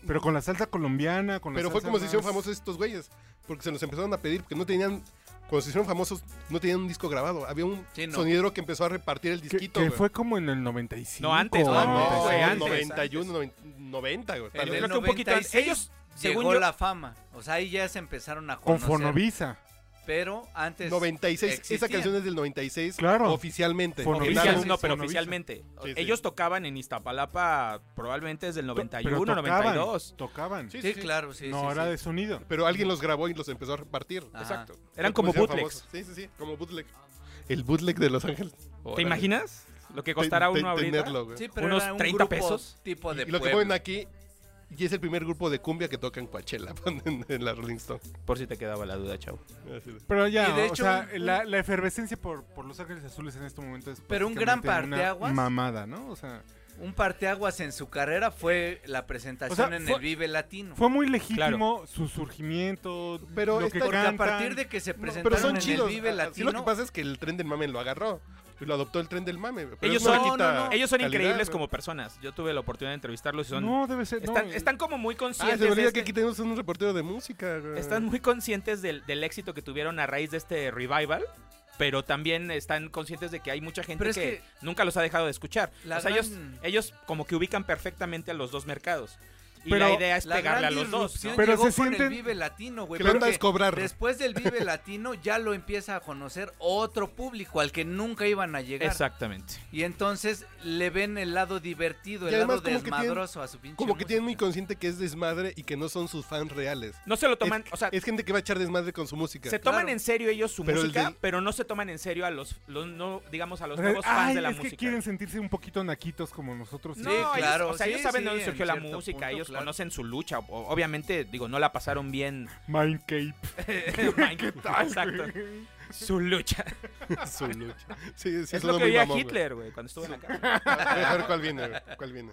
Pero con la salsa colombiana, con la
Pero fue
salsa
como se hicieron
más-
famosos estos güeyes. Porque se los empezaron a pedir, porque no tenían. Cuando se hicieron famosos, no tenían un disco grabado. Había un
Sí, no.
sonidero que empezó a repartir el
Que,
disquito.
que
güey. Ah,
fue como en el 95.
No, antes,
o
no,
No,
96.
güey,
güey,
antes,
91, 90, güey. tal
En
Yo
vez.
el
creo que un poquito antes.
96
Ellos, según
Llegó
yo-
la fama. O sea, ahí ya se empezaron a
Con
conocer.
Fonovisa.
Pero antes.
96.
existía.
Esa canción es del 96.
Claro.
Oficialmente.
Fonovisa.
Oficial-
Claro, sí,
no, pero
Fonovisa.
oficialmente.
Sí, sí.
Ellos tocaban en Iztapalapa probablemente desde el
To-
91,
pero tocaban,
92.
Tocaban.
Sí,
Sí,
sí, sí.
claro, sí.
no,
sí,
era
sí.
de sonido.
Pero alguien los grabó y los empezó a repartir.
Ajá.
Exacto.
Eran
Fue
como
se hicieron
bootlegs.
famosos. Sí, sí, sí, como bootleg. El bootleg de Los Ángeles.
¿Te
Órale.
imaginas lo que
Te-
costará
te-
uno ahorita?
tenerlo, güey.
Sí, pero
Unos
era un
30
grupo
pesos.
Tipo de
y lo que
pueblo.
ponen aquí, y es el primer grupo de cumbia que toca en Coachella, ponen en la Rolling Stone.
Por si te quedaba la duda, chavo.
Así de-
Pero ya,
Y de
o
hecho,
sea,
un-
la, la efervescencia por, por Los Ángeles Azules en este momento es
Pero un gran
prácticamente una
parteaguas.
mamada, ¿no? O sea,
Un parteaguas en su carrera fue la presentación
O sea,
en
fue-
el Vive Latino.
fue muy legítimo su surgimiento,
Pero
lo que
está-
Porque
cantan.
a partir de que se
No,
presentaron
pero son
en
chidos.
el Vive
Ah, sí, lo que
Latino,
pasa es que el tren del mame lo agarró. y Lo adoptó el tren del mame. pero
Ellos
eso no
son-
quita
no, no, no.
Ellos son
calidad,
increíbles
¿no? Ah,
como personas. Yo tuve la oportunidad de entrevistarlos y son.
No, debe ser. no,
están,
eh,
están como muy
Ah,
conscientes.
se me olvida
de
que
este-
aquí tenemos un reportero de música. güey.
Están muy conscientes del, del éxito que tuvieron a raíz de este revival, pero también están conscientes de que hay mucha gente
Pero
que,
es que-
nunca los ha dejado de escuchar.
La
o sea, ellos,
gran-
ellos como que ubican perfectamente a los dos mercados. Y
Pero
la idea es
la
pegarle a
gran
los dos.
disrupción
¿no?
Pero
llegó
se
con
sienten-
el Vive Latino, güey.
Que la onda
porque
es cobrar.
Después del Vive Latino ya lo empieza a conocer otro público al que nunca iban a llegar.
Exactamente.
Y entonces le ven el lado divertido,
Y
el
además
lado
como que tienen-
desmadroso a su pinche
Como que tienen muy
música.
consciente que es desmadre y que no son sus fans reales.
No se lo toman, o sea,
Es gente que va a echar desmadre con su música.
se toman
claro.
en serio ellos su
Pero el
música,
del-
pero no se toman en serio a los, los no, digamos, a los
o sea,
nuevos
ay,
fans de la
es
música.
que quieren sentirse un poquito naquitos como nosotros.
Sí,
No, ellos-
claro,
o sea,
sí,
ellos saben
sí,
de dónde
en
surgió la
cierto
música,
punto,
ellos
claro.
conocen su lucha. o- obviamente, digo, no la pasaron bien.
Mindcape.
Mike, Exacto. Su lucha.
Su lucha. Sí, sí,
es lo
suena
que
muy
veía
mamón, güey.
Hitler, güey, cuando estuvo en la cárcel.
A ver, a ver cuál viene, güey, cuál viene.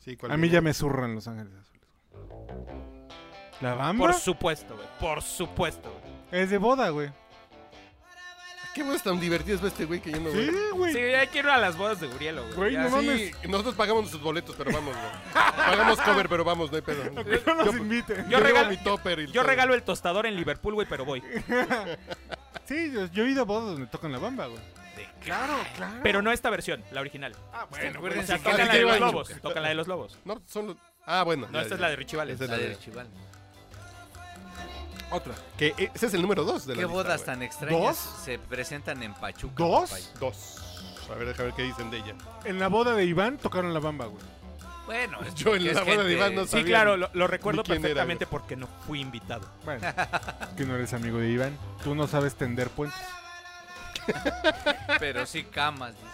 Sí, cuál
A mí
viene.
ya me zurran Los Ángeles Azules. ¿La bamba?
Por supuesto, güey. Por supuesto. güey.
Es de boda, güey.
¿Qué voz tan divertido es este güey que yo no
Sí,
voy?
güey.
Sí, ya quiero ir a las bodas de Urielo, güey.
Güey,
Ya,
no
sí.
mames.
nosotros pagamos nuestros boletos, pero vamos, güey. Pagamos cover, pero vamos, no hay pedo.
No nos
yo,
inviten.
yo
Yo
regalo
regalo-
mi topper. y
Yo
todo.
regalo el tostador en Liverpool, güey, pero voy.
Sí, yo, yo he ido a bodas donde tocan la bamba, güey. Claro, claro.
Pero no esta versión, la original.
Bueno,
Acuérdense
Ah, O sea,
que
toca
¿para
la
qué
de los
iban?
lobos. Toca la de los lobos.
No, son los- Ah, bueno.
No,
ya,
esta es
ya.
la de Richie Valens. Ah,
Esa es
la
la
de
de-
Chival.
otra.
Que eh, ese es el número dos de la
Qué
lista,
bodas
güey.
tan extrañas
¿Dos?
se presentan en Pachuca.
¿Dos?
papay.
Dos. A ver, déjame ver qué dicen de ella.
En la boda de Iván tocaron la bamba, güey.
Bueno, es
Yo en
porque
la boda
es
de
gente-
Iván no
Sí,
sabía.
claro, lo, lo recuerdo
ni quién era,
perfectamente porque no fui invitado.
Bueno, que no eres amigo de Iván. Tú no sabes tender puentes.
Pero sí camas. dice.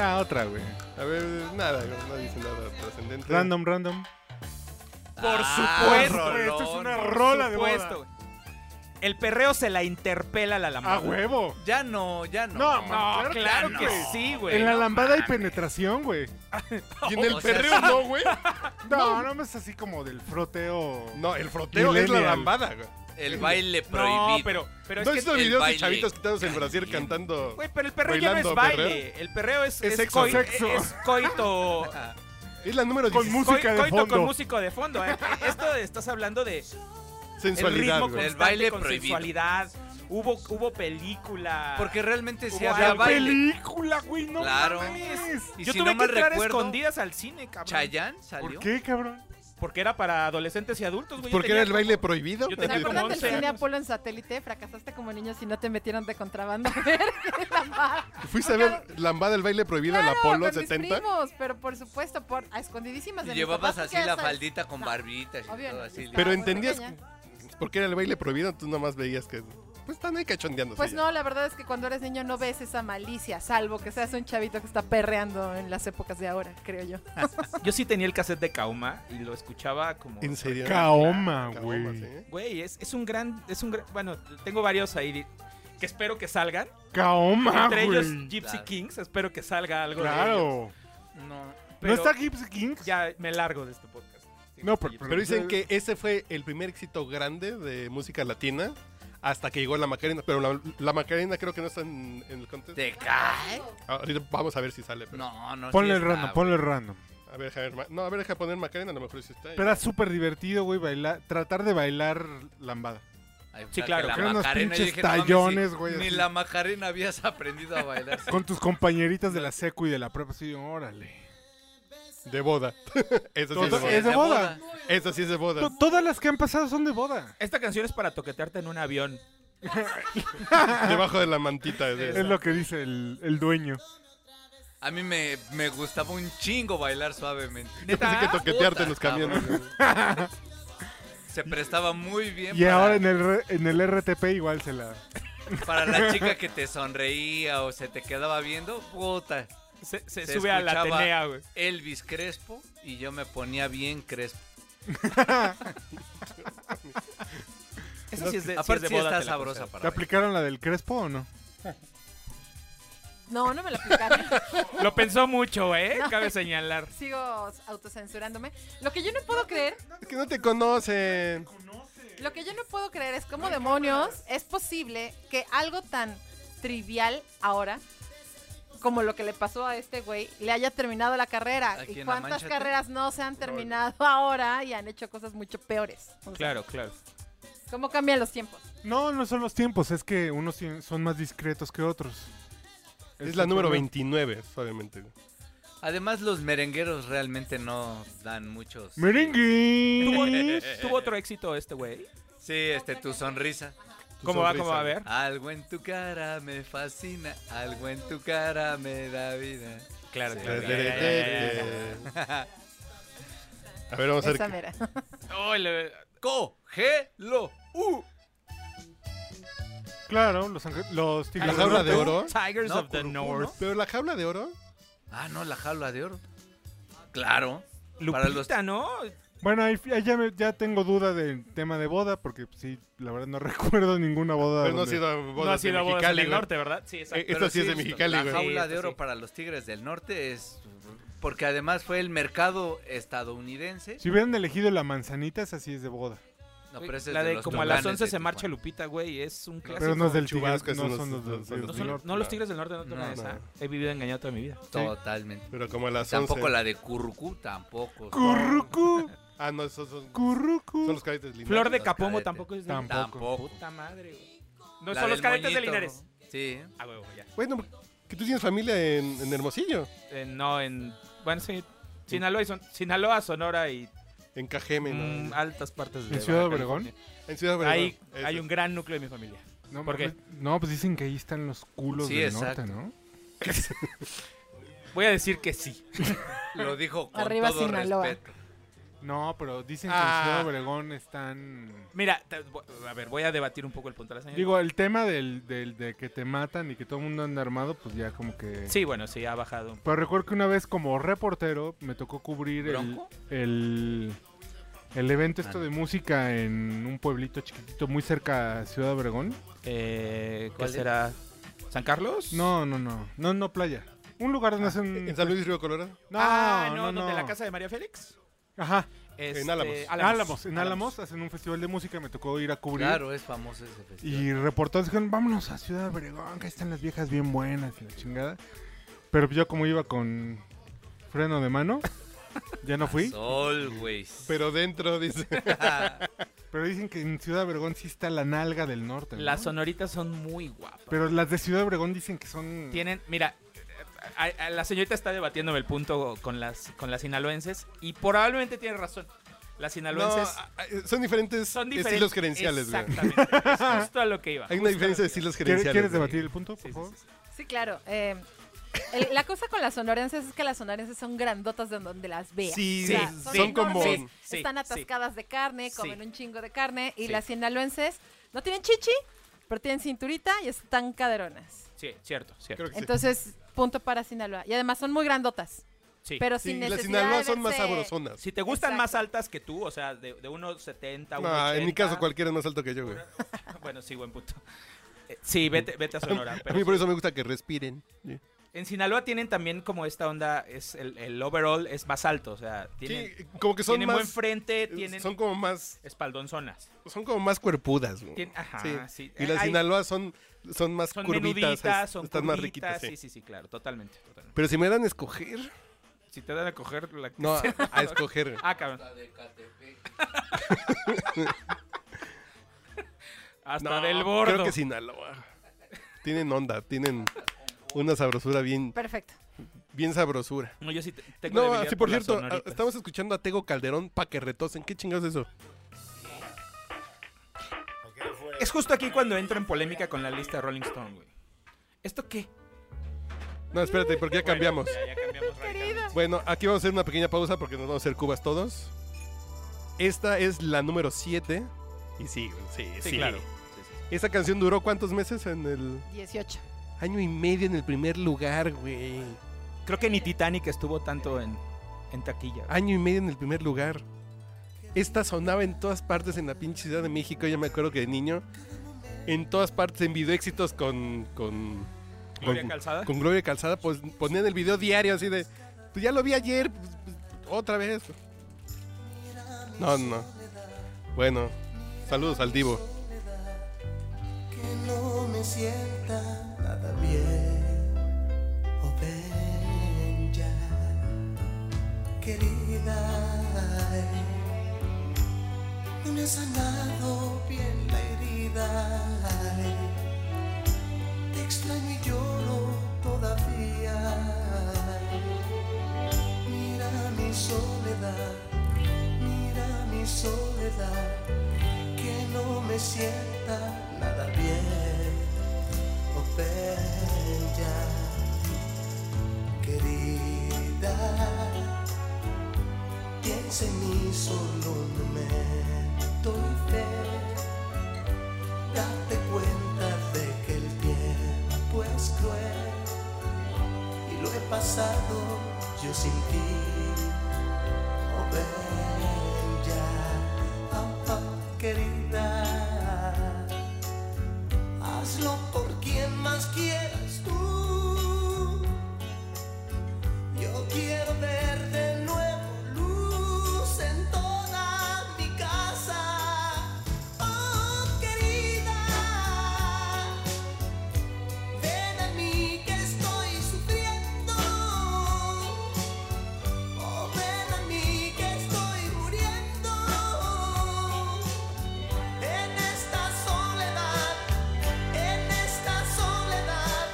Ah, otra, güey.
A ver, nada, güey, no dice nada trascendente.
Random, random.
Por
Ah,
supuesto.
rolón.
Esto es una
Por
rola de
Puesto,
boda.
güey. El perreo se la interpela a la lambada.
A huevo.
Ya no, ya no.
No,
No,
man,
claro, que
güey.
sí, güey.
En la
No
lambada hay penetración, güey.
Y en el
O sea,
perreo
sí.
no, güey.
No, no me es así como del froteo.
No, el froteo es la
Millennial.
lambada, güey.
El baile prohibido.
No, pero, pero es
¿No
que
has visto
el
videos de
baile
chavitos quitándose el brasier
caliente.
cantando?
Güey, pero el perreo ya no es
Bailando,
baile. El perreo es,
Es
es
sexo,
coi-
sexo.
es coito.
Es la número
Con
16.
música.
coi-
de
coito con
fondo.
músico de fondo. ¿eh? Esto de- estás hablando de el
Sensualidad,
ritmo
güey.
El
constante,
baile
con
prohibido.
sensualidad. Hubo, hubo película.
Porque realmente sí
Hubo
había
La
algo.
baile.
película, güey, no
Claro.
mames.
Y
yo
si
tuve
no
que
mal
entrar a
recuerdo,
escondidas al cine, cabrón.
Chayán
¿Por
salió.
qué, cabrón?
Porque era para adolescentes y adultos, güey. Yo
Porque era
tenía
el baile prohibido.
Yo
¿Te
tenía como
acuerdas del
11
cine
años.
Apolo en satélite? Fracasaste como niño si no te metieron de contrabando. a ver la mar.
Fuiste a ver lambada el baile prohibido al
Claro,
Apolo
con mis
70.
primos, pero por supuesto, por, a escondidísimas
Y
de mis
llevabas
papás,
así
porque
la
ya sabes,
faldita con
No,
barbitas y
obvio
todo
no,
así.
estaba
Pero
muy
entendías
pequeña.
porque era el baile prohibido, tú nomás veías que pues están ahí cachondeando.
Pues no, la verdad es que cuando eres niño no ves esa malicia, salvo que seas un chavito que está perreando en las épocas de ahora, creo yo.
Yo sí tenía el cassette de Kauma y lo escuchaba como.
En serio.
Kaoma,
Caomas,
güey.
¿eh?
Güey, es, es un gran. Es un gran- Bueno, tengo varios ahí que espero que salgan.
Kaoma,
Entre ellos
Ah, güey.
Gypsy
Claro.
Kings, espero que salga algo. de ellos.
Claro.
No.
Pero
¿No está Gibbs Kings?
Ya me largo de este podcast. Sí,
No,
sí,
pero-
sí.
Pero dicen que ese fue el primer éxito grande de música latina hasta que llegó la Macarena. Pero la, la Macarena creo que no está en, en el contexto. Ah,
¿Te cae?
Ahorita vamos a ver si sale. pero-
No, no. sí
Ponle el
está,
random, ponle el random.
A A ver, deja ver, ma- no, a ver, deja poner Macarena, a lo mejor sí está. ahí.
Pero era súper divertido, güey, bailar, tratar de bailar lambada.
Ay,
Sí,
o sea,
claro.
que la
Eran unos
Macarena, yo
pinches
dije, no mames,
tallones,
sí,
güey,
Ni
así.
la Macarena habías aprendido a bailar.
Con tus compañeritas de la secu y de la prepa, así, órale.
De boda. Esa sí es de
Todo-
boda.
es de
De
boda.
boda.
Esa sí es de boda.
To- Todas las que han pasado son de boda.
Esta canción es para toquetearte en un avión.
Debajo de la mantita. de-
Es lo que dice el, el dueño.
A mí me, me gustaba un chingo bailar suavemente.
Yo pensé que toquetearte en los
Puta,
camiones.
Se prestaba muy bien
Y
para,
ahora en el, re- en el RTP igual se la...
para la chica que te sonreía o se te quedaba viendo. Puta,
Se, se
Se
sube a la
escuchaba-
Atenea, güey.
Elvis Crespo y yo me ponía bien Crespo.
Esa sí es de, sí
Aparte
es de
sí
boda,
está
te la
sabrosa
concedo.
para
¿Te
bailar.
aplicaron la del Crespo o no?
No, no me la aplicaron.
Lo pensó mucho, ¿eh? Cabe señalar.
Sigo autocensurándome. Lo que yo no puedo creer,
Es que no te conocen.
lo que yo no puedo creer es cómo demonios es posible que algo tan trivial ahora como lo que le pasó a este güey, le haya terminado la carrera.
¿A
¿Y
quién, a
cuántas
Manchete?
carreras no se han terminado ahora y han hecho cosas mucho peores? O sea,
Claro, claro.
¿Cómo cambian los tiempos?
No, no son los tiempos, es que unos tien- son más discretos que otros.
Es la número
totalmente-
29, suavemente.
Además, los merengueros realmente no dan muchos.
Merengue.
¿Tuvo, tuvo otro éxito este güey.
Sí, este, tu sonrisa.
¿Cómo va?
sonrisa,
¿Cómo va a
güey.
ver?
Algo en tu cara me fascina, algo en tu cara me da vida.
Ah, Claro,
Sí.
claro. Ya, ya, ya, ya,
A ver, vamos a
Esa
ver.
mera.
ya. Oh, le-
¡Cógelo! ¡Uh!
Claro, los, ange- los
¿La
tigres
jaula de oro?
Tigers
No,
of the
Curucú,
North.
¿Pero la jaula de oro?
Ah, no, la jaula de oro. Claro.
Lupita,
Para los-
¿no?
Bueno, ahí, ahí ya, me- ya tengo duda del tema de boda, porque sí, la verdad no recuerdo ninguna boda.
Pero pues, no ha
donde-
sido bodas
no ha sido
de
bodas
Mexicali,
en el
güey.
norte, ¿verdad? Sí,
Eh,
exacto.
Esta sí es de
sí,
Mexicali,
La
güey.
jaula de
Sí,
oro
sí.
para los Tigres del Norte es porque además fue el mercado estadounidense.
Si hubieran elegido la manzanita, esa sí es de boda.
No, pero ese es
la
de
de
los
como a las
Tucanes
11 se
de
marcha
Tijuana.
Lupita, güey. Es un clásico.
Pero no es del
Chubasco,
Tigres,
esos
no son los
los-
del
los-
Tigres
los-
No,
del
son-
Norte.
no los Tigres del Norte no toman
No,
esa.
no.
He vivido engañado toda mi vida.
Totalmente.
Pero como a las 11.
Tampoco la de Currucú, tampoco.
Currucú,
Ah, no, esos son,
currucú.
son los cadetes linares.
Flor de
Los
Capomo
cadetes.
tampoco es de
Tampoco.
Tampoco.
Puta madre, güey. No
La
son los
del
cadetes de
moñito.
Linares.
Sí.
Ah, huevo, ya.
Bueno, que tú tienes familia en, en Hermosillo,
Eh, no, en. Bueno, sí. Sinaloa, y Son- Sinaloa, Sonora y
en Cajeme, ¿no?
mm, altas partes de.
¿En Ciudad
Baja
Obregón?
California.
en Ciudad Obregón.
Ahí
Eso.
hay un gran núcleo de mi familia.
No,
¿Por qué?
mames, No, pues dicen que ahí están los culos
Sí,
del
exacto.
norte, ¿no?
Voy a decir que sí.
Lo dijo con
Arriba
todo
Sinaloa.
respeto.
No, pero dicen
Ah.
que en Ciudad Obregón están... eh,
Mira, te- vo- a ver, voy a debatir un poco el punto de la señora.
Digo, el tema del, del- de que te matan y que todo el mundo anda armado, pues ya como que...
sí, bueno, sí, ha bajado.
Pero recuerdo que una vez como reportero me tocó cubrir el,
¿Bronco?
el, el evento esto de música en un pueblito chiquitito muy cerca a Ciudad Obregón.
Eh, ¿Qué
¿Cuál es?
será? ¿San Carlos?
No, no, no. No, no, playa. Un lugar donde hacen...
¿En San Luis Río Colorado?
No,
ah,
no,
no,
no.
¿De la casa de María Félix?
Ajá.
Este,
En Álamos.
Álamos. En Álamos hacen un festival de música, me tocó ir a cubrir.
Claro, es famoso ese festival.
Y reportados dijeron, vámonos a Ciudad Obregón, que están las viejas bien buenas y la chingada. Pero yo como iba con freno de mano, ya no fui.
Always.
Pero dentro, dice.
Pero dicen que en Ciudad Obregón sí está la nalga del norte. ¿no?
Las sonoritas son muy guapas.
Pero las de Ciudad Obregón dicen que son...
Tienen, mira, a- a- la señorita está debatiéndome el punto con las, con las sinaloenses y probablemente tiene razón. Las
No,
sinaloenses
ah, ah, son diferentes
son diferentes.
estilos gerenciales, güey.
Exactamente. es justo a lo que iba.
Hay
justo
una
a
diferencia de
lo que iba.
¿Quieres,
estilos gerenciales.
quieres
güey.
debatir el punto, por
Sí, sí,
favor?
sí, sí.
Sí, claro. eh, el- la cosa con las sonorenses es que las sonorenses son grandotas de donde las veas.
Sí,
O
Sí,
sea,
sí,
son como...
enormes,
sí,
están
sí.
atascadas de carne, comen
Sí.
un chingo de carne. Y
Sí.
las sinaloenses no tienen chichi, pero tienen cinturita y están caderonas.
Sí, cierto, cierto.
Creo que sí.
Entonces, punto para Sinaloa. Y además son muy grandotas.
Sí.
Pero
Sí,
sin
y las
necesidad
Sinaloa
de
son más
verse-
sabrosonas.
Si te gustan
Exacto.
más altas que tú, o sea, de, de unos 70,
No, en mi caso cualquiera es más alto que yo, güey.
Bueno, sí, buen punto. Eh, Sí, vete, vete a Sonora.
A
pero
mí por
sí.
eso me gusta que respiren. Sí,
En Sinaloa tienen también como esta onda, es el, el overall es más alto, o sea, tienen,
como que son
tienen
más... eh,
buen frente, tienen
Son como más...
espaldonzonas.
Son como más cuerpudas, güey.
Tien- ajá, Ah, sí.
Y las
Hay-
Sinaloa son, son más
Son
curvitas.
menuditas,
es-
son
están más riquitas.
curvitas,
sí.
sí, sí, sí, claro, totalmente. totalmente.
Pero si me dan a escoger,
Si te dan a coger la que
No, a,
sea.
a escoger.
Ah, cabrón. Hasta
No,
del bordo.
Creo que Sinaloa. Tienen onda, tienen una sabrosura bien,
Perfecto.
bien sabrosura.
No, yo sí te- tengo
No,
debilidad
así por
las
cierto, a-
sonoritas.
estamos escuchando a Tego Calderón pa' que retosen. ¿Qué chingados es eso?
Es justo aquí cuando entro en polémica con la lista de Rolling Stone, güey. ¿Esto qué?
No, espérate, porque ya cambiamos.
Ya cambiamos
Querido.
Bueno, aquí vamos a hacer una pequeña pausa porque nos vamos a hacer cubas todos. Esta es la número 7. Y sí, sí, sí.
Sí, claro.
Esta canción duró cuántos meses en el
18.
año y medio en el primer lugar, güey.
Creo que ni Titanic estuvo tanto en, en taquilla. güey.
Año y medio en el primer lugar. Esta sonaba en todas partes en la pinche Ciudad de México. Yo me acuerdo que de niño. En todas partes, en video éxitos con. con
Gloria
con-
Calzada.
Con Gloria Calzada, pues ponían el video diario así de. Pues ya lo vi ayer, pues, pues, otra vez. No, no. Bueno, saludos al Divo.
que no me sienta nada bien. Oh, ven ya, querida. ay. No me ha sanado bien la herida. ay. Te extraño y lloro todavía. ay. Mira mi soledad, mira mi soledad que no me sienta nada bien. Oh, bella, querida, piensa en mí solo un momento y ve, date cuenta de que el tiempo es cruel y lo he pasado yo sin ti. Oh, bella, oh, oh, querida. Hazlo por quien más quieras tú. Yo quiero ver de nuevo luz en toda mi casa. Oh, querida. Ven a mí que estoy sufriendo. Oh, ven a mí que estoy muriendo en esta soledad, en esta soledad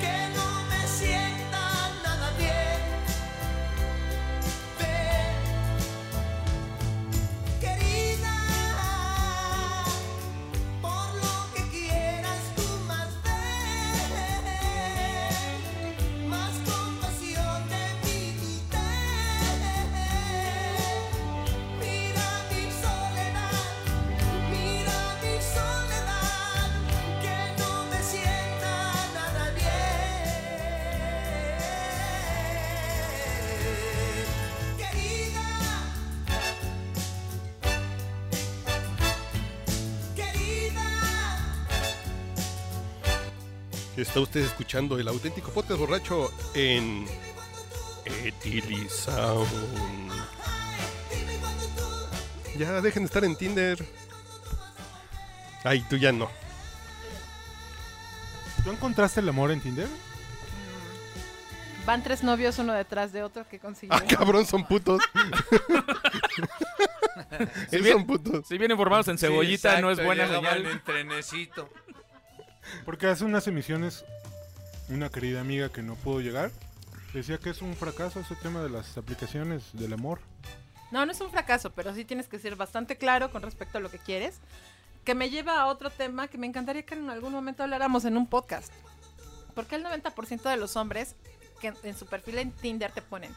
que no me sienta nada bien. Ven, querida, por lo que quieras tú más ven. Más compasión de mi Mira mi soledad, mira mi soledad, que no me sienta nada bien, querida, querida.
Está usted escuchando el auténtico podcast borracho en Etilisound. Ya dejen de estar en Tinder. Ay, tú ya no.
¿Tú encontraste el amor en Tinder?
Van tres novios uno detrás de otro que consiguió.
Ah, cabrón, son putos. Ellos son putos.
Si vienen formados en cebollita, no es buena señal.
En trenecito.
Porque hace unas emisiones, una querida amiga que no pudo llegar decía que es un fracaso ese tema de las aplicaciones del amor.
No, no es un fracaso, pero sí tienes que ser bastante claro con respecto a lo que quieres. Que me lleva a otro tema que me encantaría que en algún momento habláramos en un podcast. Porque el 90% de los hombres que en- en su perfil en Tinder te ponen,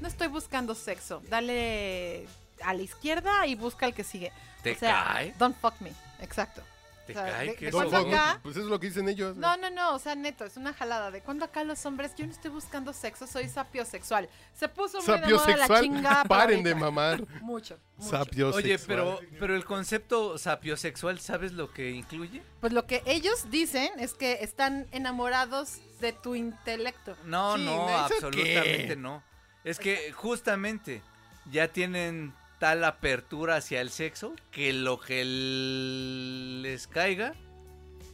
no estoy buscando sexo, dale a la izquierda y busca al que sigue.
¿Te
o sea,
cae?
don't fuck me. Exacto.
¿Te
o sea,
cae?
de-
que
de
es
cuando
todo?
acá-
Pues eso es lo que dicen ellos.
No, no, no, o sea, neto, es una jalada. De cuando acá los hombres, yo no estoy buscando sexo, soy sapiosexual. Se puso muy de moda la chingada.
Sapiosexual. Paren de
mamar.
mamar.
Mucho, mucho.
Sapiosexual.
Oye, pero, pero el concepto sapiosexual, ¿sabes lo que incluye?
Pues lo que ellos dicen es que están enamorados de tu intelecto.
No,
Sí,
no,
¿eso
absolutamente
qué?
no. Es que justamente ya tienen tal apertura hacia el sexo que lo que les caiga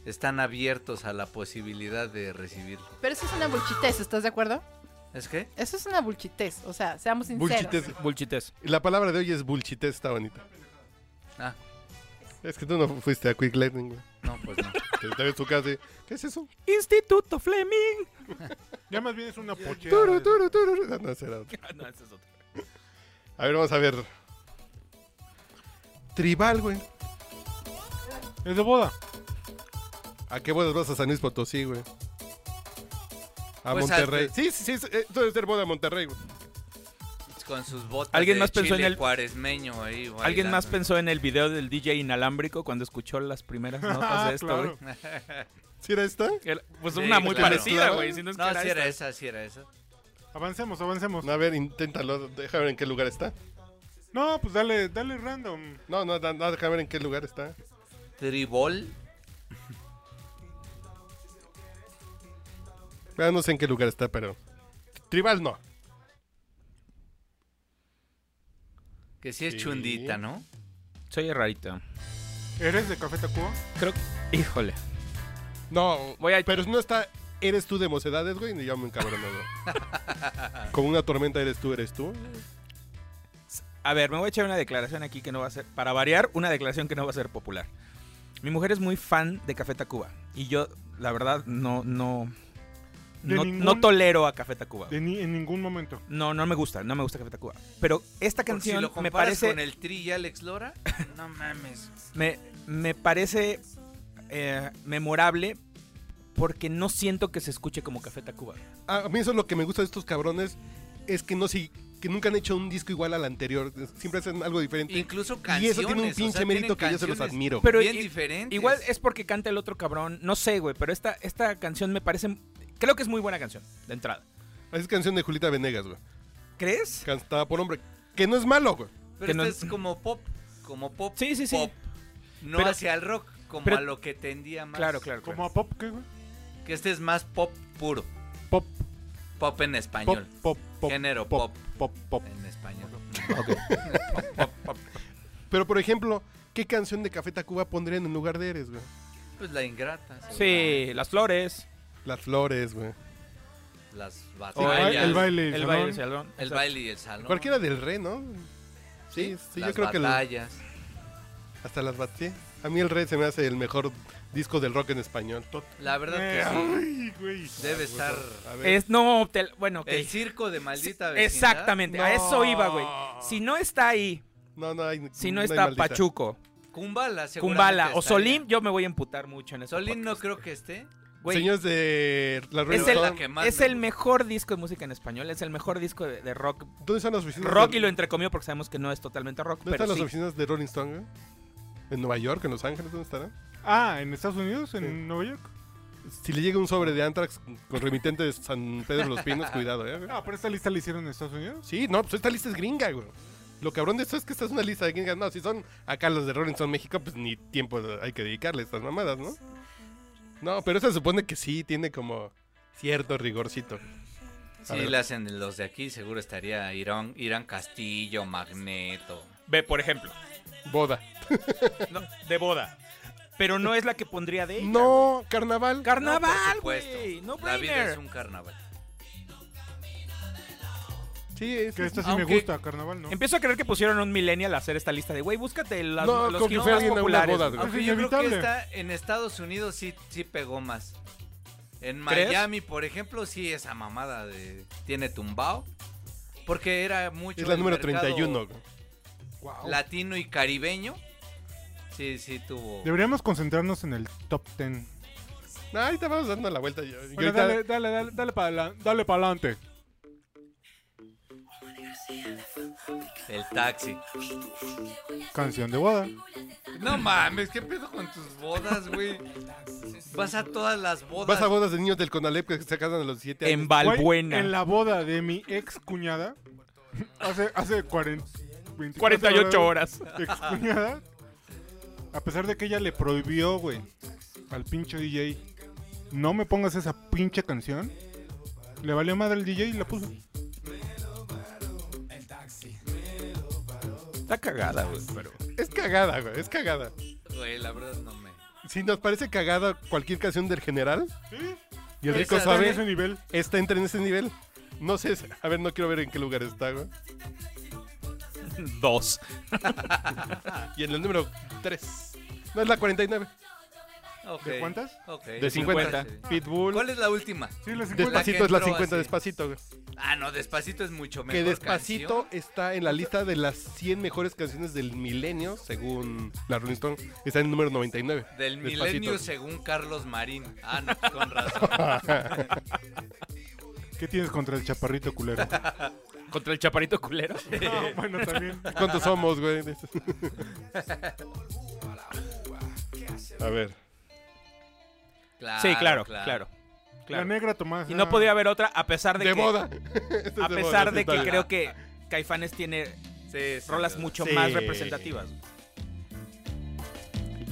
están abiertos a la posibilidad de recibirlo.
Pero eso es una bulchitez, ¿estás de acuerdo?
¿Es qué?
Eso es una bulchitez, o sea, seamos sinceros.
Bullshitez.
Bulchites.
La palabra de hoy es bullshitez, está bonita.
Ah,
Es que tú no fuiste a Quick Lightning, güey.
no, pues no.
Te te ves tu casa y, ¿Qué es eso?
Instituto Fleming.
Ya más bien es una pochera.
Turu, turu, turu. No, no, ese era otro.
no, ese es otro.
A ver, vamos a ver. Tribal, güey.
Es de boda.
¿A qué bodas vas a San Luis Potosí, güey? A
Pues,
Monterrey.
al-
Sí, sí, sí. es- eh, Tú debes ser boda a Monterrey, güey.
Con sus botas
¿Alguien
de
más pensó
chile
en el-
cuaresmeño ahí.
¿Alguien
bailando.
más pensó en el video del DJ inalámbrico cuando escuchó las primeras notas de esto, güey?
¿Sí era esta?
Era- Pues
Ah, Sí,
una muy
claro.
parecida, güey. Si no, es que
No,
era
sí era
esta.
esa, sí era esa.
Avancemos, avancemos.
No, a ver, inténtalo. Déjame ver en qué lugar está.
No, pues dale, dale random.
No, no, no, no, déjame ver en qué lugar está.
Tribol.
Ya no sé en qué lugar está, pero. Tribal no.
Que sí es
Sí.
chundita, ¿no?
Soy rarito.
¿Eres de Café Tacuba?
Creo que... Híjole.
No,
Voy a-
pero no está. Eres tú de mocedades, güey, ni yo me encabrono, güey. Como una tormenta eres tú, eres tú.
A ver, me voy a echar una declaración aquí que no va a ser... Para variar, una declaración que no va a ser popular. Mi mujer es muy fan de Café Tacuba. Y yo, la verdad, no... No,
De
no,
ningún-
no tolero a Café Tacuba.
De ni- en ningún momento.
No, no me gusta. No me gusta Café Tacuba. Pero esta
Porque si
canción
lo
me
comparas
parece...
con el Tri y Alex Lora, no mames.
me, me parece eh, memorable porque no siento que se escuche como Café Tacuba.
A a mí eso es lo que me gusta de estos cabrones. Es que no si, que nunca han hecho un disco igual al anterior. Siempre hacen algo diferente.
Incluso canciones.
y eso tiene un
o
pinche
sea,
mérito
tienen
que yo se los
canciones
admiro.
Pero
bien
i-
diferentes.
Igual es porque canta el otro cabrón. No sé, güey, pero esta, esta canción me parece... Creo que es muy buena canción, de entrada.
Es canción de Julita Venegas, güey.
¿Crees?
Cantada por hombre. Que no es malo, güey.
que
Pero
no-
esto es como pop. Como pop.
Sí, sí, sí.
pop, No
Pero-
hacia el rock, como
pero-
a lo que tendía más.
Claro, claro,
¿Como
claro.
a pop qué, güey?
Que este es más pop puro.
Pop,
Pop en
pop,
español.
pop, pop.
Género
pop,
pop.
pop, pop.
Eh.
En español.
Pero por ejemplo, ¿qué canción de Café Tacuba pondrían en lugar de Eres, güey?
Pues la ingrata.
Sí, Las Flores.
Las flores, güey.
seguramente. Las
o
batallas.
baile,
ella,
el baile, el
El baile, el
salón.
salón.
El baile y el salón.
Cualquiera del rey, ¿no? Sí, sí, yo creo que
Las
el-
batallas.
hasta las batí. A mí el rey se me hace el mejor disco del rock en español.
La verdad
Eh,
que sí.
Ay, güey.
Debe estar.
A ver.
Es, no, te- bueno, ok.
El circo de maldita vecindad.
Exactamente, a eso iba, güey. Si no está ahí,
No, no hay.
si no,
hay
está
maldita.
Pachuco,
Kumbala,
Kumbala o Solim,
Solín
yo me voy a emputar mucho en eso.
Solim no creo que esté.
Güey,
Señores de la
es
Pero
Rolling
la
el,
Stone,
que más
es
me
el
gusta.
mejor disco de música en español, es el mejor disco de, de rock.
¿Dónde están las oficinas?
Rock
de-
y lo entrecomió porque sabemos que no es totalmente rock,
¿Dónde
pero
están las
sí.
oficinas de Rolling Stone? güey? ¿En Nueva York? ¿En Los Ángeles? ¿Dónde estarán?
Ah, ¿en Estados Unidos? ¿En
Sí.
Nueva York?
Si le llega un sobre de Anthrax con remitente de San Pedro de los Pinos, cuidado, ¿eh? güey.
Ah, pero esta lista la hicieron en Estados Unidos.
Sí, no, pues esta lista es gringa, güey. Lo cabrón de esto es que esta es una lista de gringas. No, si son acá los de Rolling Stone México, pues ni tiempo hay que dedicarle a estas mamadas, ¿no? No, pero esa se supone que sí tiene como cierto rigorcito. A
Sí,
ver.
las en los de aquí seguro estaría Irán, Irán Castillo, Magneto.
Ve, por ejemplo,
Boda.
no, de boda. Pero no es la que pondría de ella.
No, carnaval.
Carnaval,
No, por supuesto.
güey. No,
La vida es
brainer.
un carnaval.
Sí, es.
Que esta sí me
Aunque-
gusta, carnaval, ¿no?
Empiezo a creer que pusieron un millennial a hacer esta lista de, güey, búscate las-
No,
los
confío
hits
en
más
alguien en unas
populares.
bodas, güey.
Aunque
Es
yo creo que
inevitable.
está en Estados Unidos sí, sí pegó más. En
¿Crees?
Miami, por ejemplo, sí esa mamada de tiene tumbao. Porque era mucho.
Es la
el
número
mercado
31. güey.
Latino y caribeño. Sí, sí tuvo.
Deberíamos concentrarnos en el top 10.
No, ahorita vamos dando la vuelta. Yo, yo
Bueno,
ahorita-
dale, dale, dale, dale para dale pa adelante.
El taxi.
Canción de boda.
No mames, ¿qué pedo con tus bodas, güey? Vas a todas las bodas.
Vas a bodas de niños del Conalep que se casan a los 17 años.
En
Güey,
Balbuena.
en la boda de mi ex cuñada. Hace, hace 40, 24
48 horas.
Ex cuñada. A pesar de que ella le prohibió, güey, al pinche DJ. No me pongas esa pinche canción. Le valió madre el DJ y la puso.
Está cagada, güey, pero...
Es cagada, güey. Es cagada.
Güey, la verdad no me.
Si nos parece cagada cualquier canción del general. Y el rico
Esa-
Está en
sabe.
ese nivel.
Esta entra en ese nivel. No sé, a ver, no quiero ver en qué lugar está, güey.
Dos.
Y en el número 3. No, es la 49.
Ok,
¿De cuántas?
ok.
De 50. Pitbull.
¿Cuál es la última?
Sí, les encuentro.
Despacito es la
entró
50,
así.
despacito, güey.
Ah, no, Despacito es mucho mejor
Que Despacito
canción.
está en la lista de las 100 mejores canciones del milenio, según la Rolling Stone. Está en el número 99.
Del
Despacito.
milenio según Carlos Marín. Ah, no, con razón.
¿Qué tienes contra el chaparrito culero?
Contra el chaparito culero.
No, bueno, también.
¿Cuántos somos, güey? A ver.
Ah, Claro,
sí, claro, claro.
La
claro.
negra Tomás.
Y no podía haber otra a pesar de,
De
que...
moda. Este es
A
moda,
pesar
sí,
de
está
que
bien.
creo que Caifanes tiene
Sí, sí,
rolas
claro.
mucho
Sí.
más representativas.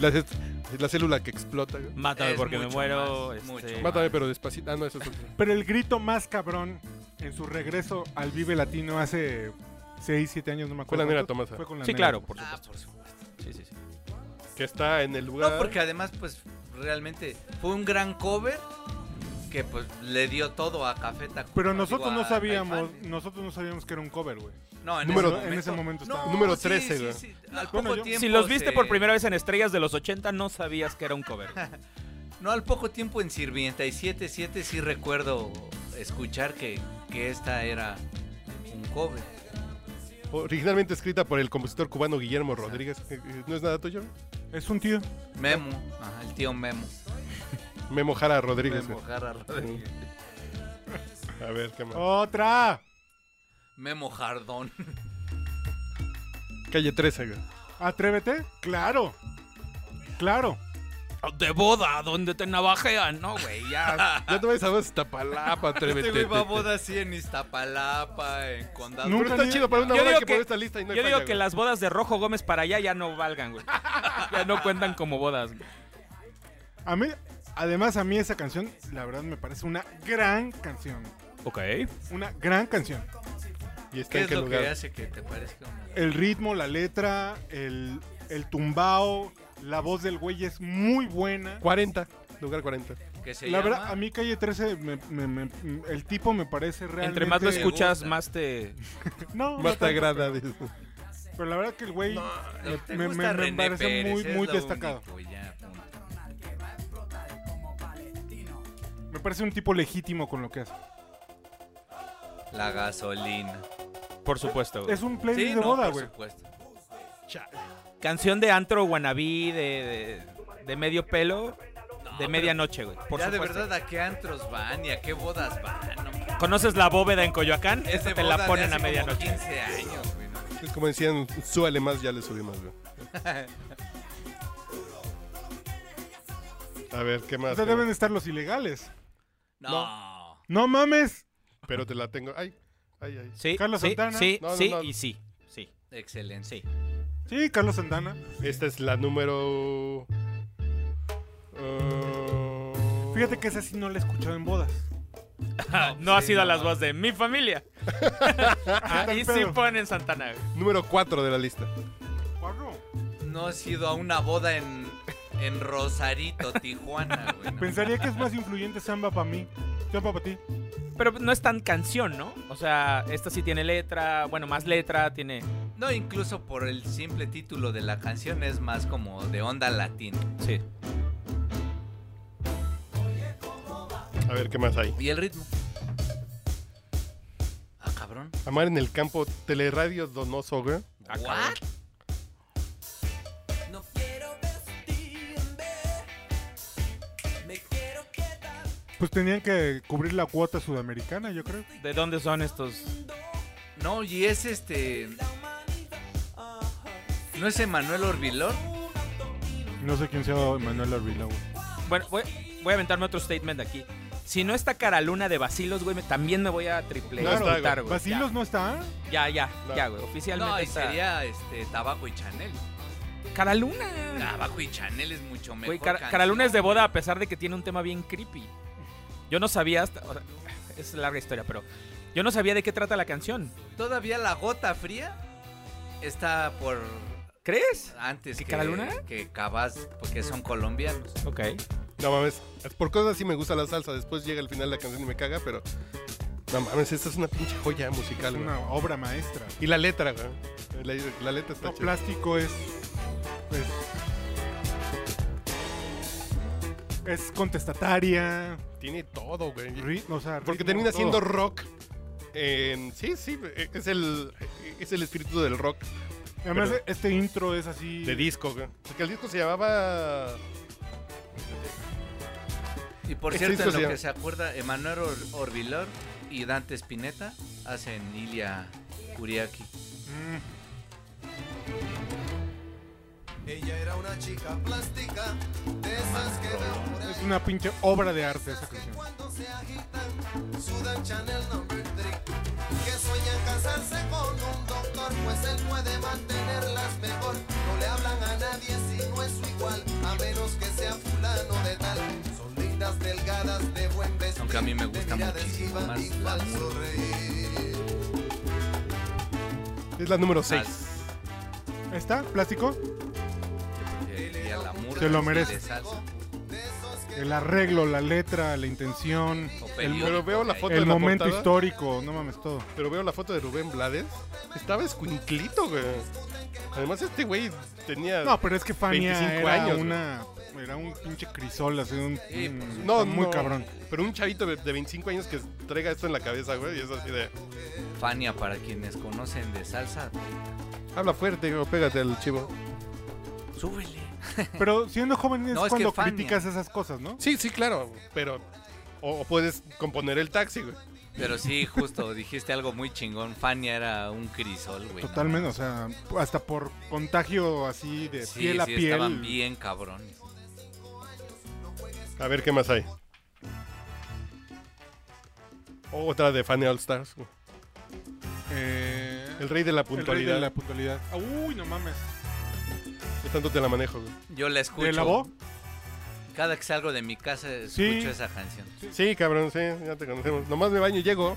La, cet- la célula que explota, güey.
Mátame
Es
porque me
mucho
muero.
más,
este,
mucho más.
Mátame, pero despacito. Ah, no, eso es otro.
Pero el grito más cabrón en su regreso al Vive Latino hace 6, 7 años, no me
Fue
acuerdo.
la negra
cuántos,
Tomasa.
Fue con la
Sí,
negra.
claro, por
Ah,
supuesto.
por supuesto.
Sí, sí, sí.
Que está en el lugar.
No, porque además, pues, realmente fue un gran cover que, pues, le dio todo a Café Tacuba,
Pero
digo,
nosotros no
a
sabíamos,
Caifanes.
nosotros no sabíamos que era un cover, güey.
No, en,
Número-
ese
en
momento,
ese momento
No,
estaba.
Número
sí,
13,
sí,
güey.
sí. Al
Bueno,
poco
yo-
Ah, tiempo
Si los viste
se-
por primera vez en estrellas de los 80, no sabías que era un cover.
No, al poco tiempo en Sirvienta y 77 sí recuerdo escuchar que, que esta era un cover.
Originalmente escrita por el compositor cubano Guillermo Rodríguez. Eh, eh, ¿No es nada tuyo?
Es un tío.
Memo, ajá, el tío Memo.
Memo Jara Rodríguez.
Memo Jara Rodríguez.
güey. A ver, qué más.
¡Otra!
Memo Jardón.
Calle 13, güey.
¿Atrévete? Claro. Claro.
De boda, donde te navajean, ¿no, güey? Ya.
Ya te vas a ver Tapalapa, atrévete.
Este güey va a bodas así en Iztapalapa, en Condado.
Pero
Nunca
está
ni-
chido para una
Yo
boda
digo
que,
que-
por esta lista y no hay
Yo digo
falla,
que
güey.
las bodas de Rojo Gómez para allá ya no valgan, güey. Ya no cuentan como bodas. güey.
A mí, además, a mí esa canción, la verdad, me parece una gran canción.
Ok.
Una gran canción.
¿Y está
¿Qué
en
es
qué
lo
lugar?
que hace que te parezca una-
El ritmo, la letra, el, el tumbao, la voz del güey es muy buena.
40. Lugar 40.
que se
La verdad,
llama?
a mí Calle 13, me- me- me- el tipo me parece realmente...
Entre más lo
escu-
escuchas,
gusta.
más te.
No, no
Más te
tanto,
agrada. dice.
Pero la verdad que el güey...
Lo que te
me-
gusta
me- me
René
parece
Pérez,
muy-
es
muy
lo
destacado.
único, ya, punto.
Me parece un tipo legítimo con lo que hace.
La gasolina.
Por supuesto, güey.
Es un playlist
sí,
de
no,
boda,
por
güey.
supuesto.
Canción de antro wannabe, de, de, de medio pelo, de medianoche, güey. Por
ya de
supuesto.
verdad, ¿a qué antros van y a qué bodas van? No,
¿Conoces la bóveda en Coyoacán?
es
Esa
de
te
boda
la
de
ponen
hace
a
como
medianoche.
15 años, güey. ¿no?
Es Como decían, súbale más, ya le subí más, güey. A ver, ¿qué
O
más?
sea,
¿Qué más?
deben estar los ilegales.
No.
¡No mames!
Pero te la tengo. Ay, ay, ay.
Sí,
Carlos
sí,
Santana.
sí,
No, no,
sí
no.
y sí. Sí,
Excelente.
sí.
Sí, Carlos Santana.
Esta es la número. eh,
Fíjate que esa sí no la he escuchado en bodas.
Ah, No, ha sido a las voces de mi familia. Ahí sí
pedo.
ponen Santana. güey.
Número 4 de la lista.
Cuatro.
No has ido a una boda en, en Rosarito, Tijuana, güey. ¿no?
Pensaría que es más influyente Samba para mí. Samba para ti.
Pero no es tan canción, ¿no? O sea, esta sí tiene letra, bueno, más letra, tiene...
No, incluso por el simple título de la canción es más como de onda latina.
Sí.
A ver, ¿qué más hay?
¿Y el ritmo? Ah, cabrón.
Amar en el campo, Teleradio Donoso, güey.
Ah,
¿What?
No quiero vestirme, me quiero quedar
Pues tenían que cubrir la cuota sudamericana, yo creo.
¿De dónde son estos?
No, y es este. ¿No es Emanuel Orbilor?
No sé quién sea Manuel Arbila, güey.
Bueno, voy, voy a aventarme otro statement aquí. Si no está Cara Luna de Basilos, güey, me- también me voy a triple
No está, güey.
insultar, güey.
¿Basilos no está?
Ya, ya,
No.
ya, ya, güey. Oficialmente
No, y
está...
sería este Tabaco y Chanel.
Cara Luna.
Tabaco y Chanel es mucho mejor.
Güey, Car-
canción.
Caraluna es de boda a pesar de que tiene un tema bien creepy. Yo no sabía hasta... o sea, es larga historia, pero... Yo no sabía de qué trata la canción.
Todavía la gota fría está por
¿Crees?
antes
¿Que
que,
Caraluna?
que Cabaz, porque son colombianos.
Ok.
No mames. Por cosas sí me gusta la salsa. Después llega el final de la canción y me caga, pero No mames, esta es una pinche joya musical,
Es
güey.
una obra maestra.
Y la letra, güey. La, la letra está
No,
chida.
plástico es, es. es contestataria.
Tiene todo, güey.
ri- o sea,
Porque
ritmo,
termina
todo.
siendo rock. en- sí, sí, es el, es el espíritu del rock
Además,
pero-
este intro es así.
de disco. güey. Porque el disco se llamaba.
Y por
Este
cierto,
disco
en lo
se llama-
que se acuerda, Emanuel Or- Orbilor y Dante Spinetta hacen Ilia Kuriaki.
Mm,
Ella era una chica plástica, de esas que veo por
es
ahí,
una pinche obra de arte esa
esas que
canción.
cuando se agitan, sudan Chanel number three, que sueñan casarse con un doctor, pues él puede mantenerlas mejor, no le hablan a nadie si no es su igual, a menos que sea fulano de tal, son lindas, delgadas, de buen vestir,
Aunque a mí me
de
gusta
mirada
muchísimo
esquiva
más
y
la
falso reír.
Es la número
Ah,
6.
¿Está? ¿Plástico?
Y a la murga
Te lo
y
merece.
de salsa.
El arreglo, la letra, la intención,
O
El-
periódico
pero veo la
que hay.
foto de
el
la
momento
portada,
histórico. No mames, todo.
Pero veo la foto de Rubén Blades. Estaba escuinclito, güey. Además, este güey tenía.
No, pero es que Fania
25
era
años,
una. Era un pinche crisol, así un.
Sí, pues,
un-
no,
muy
no.
cabrón.
Pero un chavito de de 25 años que traiga esto en la cabeza, güey. Y es así de.
Fania, para quienes conocen de salsa,
Habla fuerte, güey, pégate al chivo.
súbele.
Pero siendo joven es
No, es que
cuando
Fania.
criticas esas cosas, ¿no?
Sí, sí, claro. Pero. O, o puedes componer el taxi, güey.
Pero sí, justo, dijiste algo muy chingón. Fania era un crisol, güey. ¿no?
Totalmente, o sea, hasta por contagio así de
Sí,
piel a
sí,
piel.
estaban bien cabrones.
A ver qué más hay. Otra de Fanny All Stars. güey.
eh,
El rey de la
el rey
puntualidad.
de la puntualidad. Ah, Uy, no mames.
Yo tanto te la manejo. güey.
Yo la
¿De
escucho.
la voz?
Cada que salgo de mi casa escucho
Sí.
esa canción.
Sí, cabrón, sí, ya te conocemos. Nomás me baño y llego.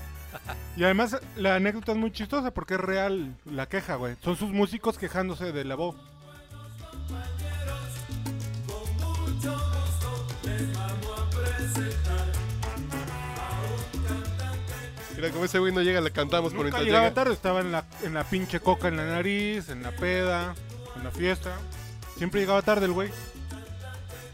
Y además la anécdota es muy chistosa porque es real la queja, güey. Son sus músicos quejándose de la voz.
Mira, como ese güey no llega, le cantamos por
Nunca
mientras
llegaba
llega.
tarde, estaba en la, en la pinche coca en la nariz, en la peda, en la fiesta. Siempre llegaba tarde el güey.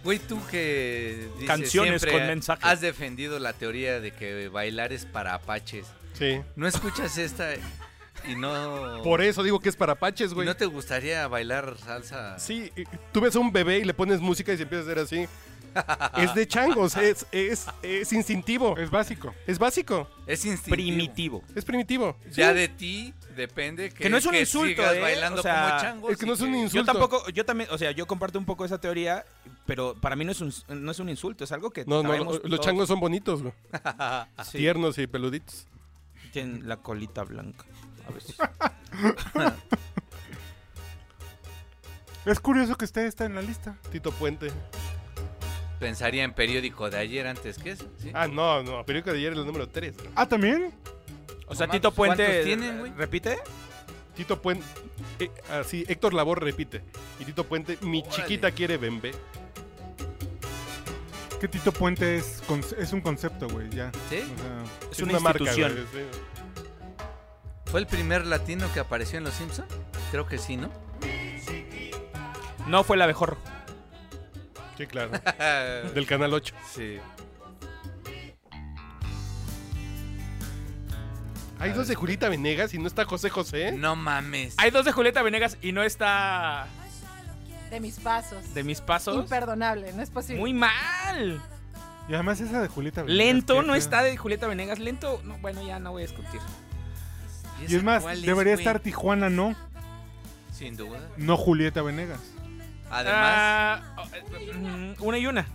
Güey, tú que dices
Canciones
siempre,
con mensaje.
Has defendido la teoría de que bailar es para apaches.
Sí.
¿No escuchas esta y no
Por eso digo que es para paches,
y
güey.
no te gustaría bailar salsa?
Sí, eh, tú ves a un bebé y le pones música y se empieza a hacer así. es de changos, es, es, es instintivo,
Es básico.
es básico,
Es instintivo.
Primitivo.
es primitivo.
Ya de ti depende que,
Que no es un insulto,
sigas
¿eh?
bailando
O sea,
como chango.
Es que no es un
Yo
insulto.
tampoco, yo también, o sea, yo comparto un poco esa teoría, pero para mí no es un, no es un insulto, es algo que
No, no,
traemos
los
todos.
changos son bonitos, güey.
Sí,
Tiernos y peluditos.
Tienen la colita blanca. A veces.
Es curioso que usted está en la lista.
Tito Puente.
Pensaría en periódico de ayer antes que eso. ¿sí?
Ah, no, no, periódico de ayer es el número 3.
Ah, también.
O sea,
No
Tito
mames,
Puente eh,
¿cuántos tienen, güey?
repite.
Tito Puente. eh, así, Héctor Labor repite. Y Tito Puente, mi
Órale.
chiquita quiere bembé.
Que Tito Puente es, con- es un concepto, güey, ya.
¿Sí?
O sea,
Es una, institución.
marca, güey, sí.
¿Fue el primer latino que apareció en Los Simpsons? Creo que sí, ¿no?
no fue el abejorro.
Sí, claro. Del canal 8.
sí.
Hay dos de Julita Venegas y no está José José. ¿eh?
¿Eh? No mames.
Hay dos de Julieta Venegas y no está
De mis pasos.
de mis pasos.
Imperdonable, no es posible.
Muy mal.
Y además esa de Julieta. Venegas,
Lento
que
no
es-
está de Julieta Venegas. Lento, no, bueno, ya no voy a discutir.
Y es más,
¿Cuál es,
debería
güey?
estar Tijuana, no,
Sin duda.
no Julieta Venegas.
Además.
Ah, mm, una y una.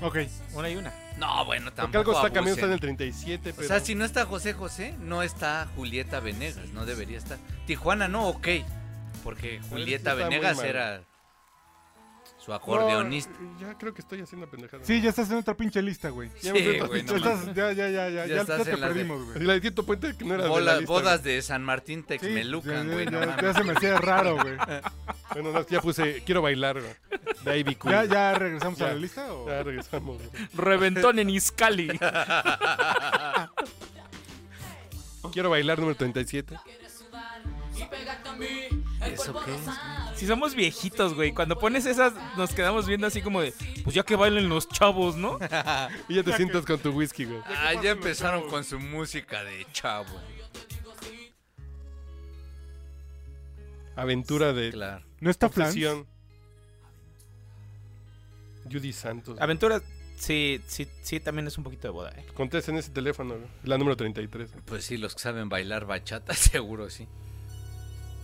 Ok.
Una y una.
No, bueno,
Porque
tampoco.
algo está
abusen.
cambiando, está en el 37,
O
pero...
sea, si no está José José, no está Julieta Venegas. No debería estar. Tijuana no, ok. Porque Julieta
está muy
Venegas
mal.
era su
No,
acordeonista.
ya creo que estoy haciendo pendejada.
Sí, ya estás en otra pinche lista, güey.
Sí,
me siento
güey, no
Ya,
mames.
estás- ya, ya, ya, ya,
Ya
ya,
estás
ya te
en la de-
perdimos, güey.
Así la de Tito Puente que no era de
Bola-
la lista,
bodas de San Martín
Sí,
Texmelucan,
ya-
güey.
ya,
no
ya-
mames.
ya se me hacía raro, güey.
güey. Bueno, no, ya puse, quiero bailar, güey. De Ivy Queen.
¿Ya, ya regresamos a
Ya.
la lista? o?
Ya regresamos. güey.
Reventón en Iscali.
Quiero bailar número 37.
¿Eso qué es?
Si somos viejitos, güey, cuando pones esas nos quedamos viendo así como de, pues ya que bailen los chavos, ¿no?
Y ya te sientas con tu whisky, güey.
Ah, ya empezaron con su música de chavo.
Aventura de
Claro.
¿No está Flans?
obsesión. Judy Santos. güey.
Aventura, sí, sí, sí, también es un poquito de boda, ¿eh?
Contesten ese teléfono, güey. La número 33. güey.
Pues sí, los que saben bailar bachata, seguro sí.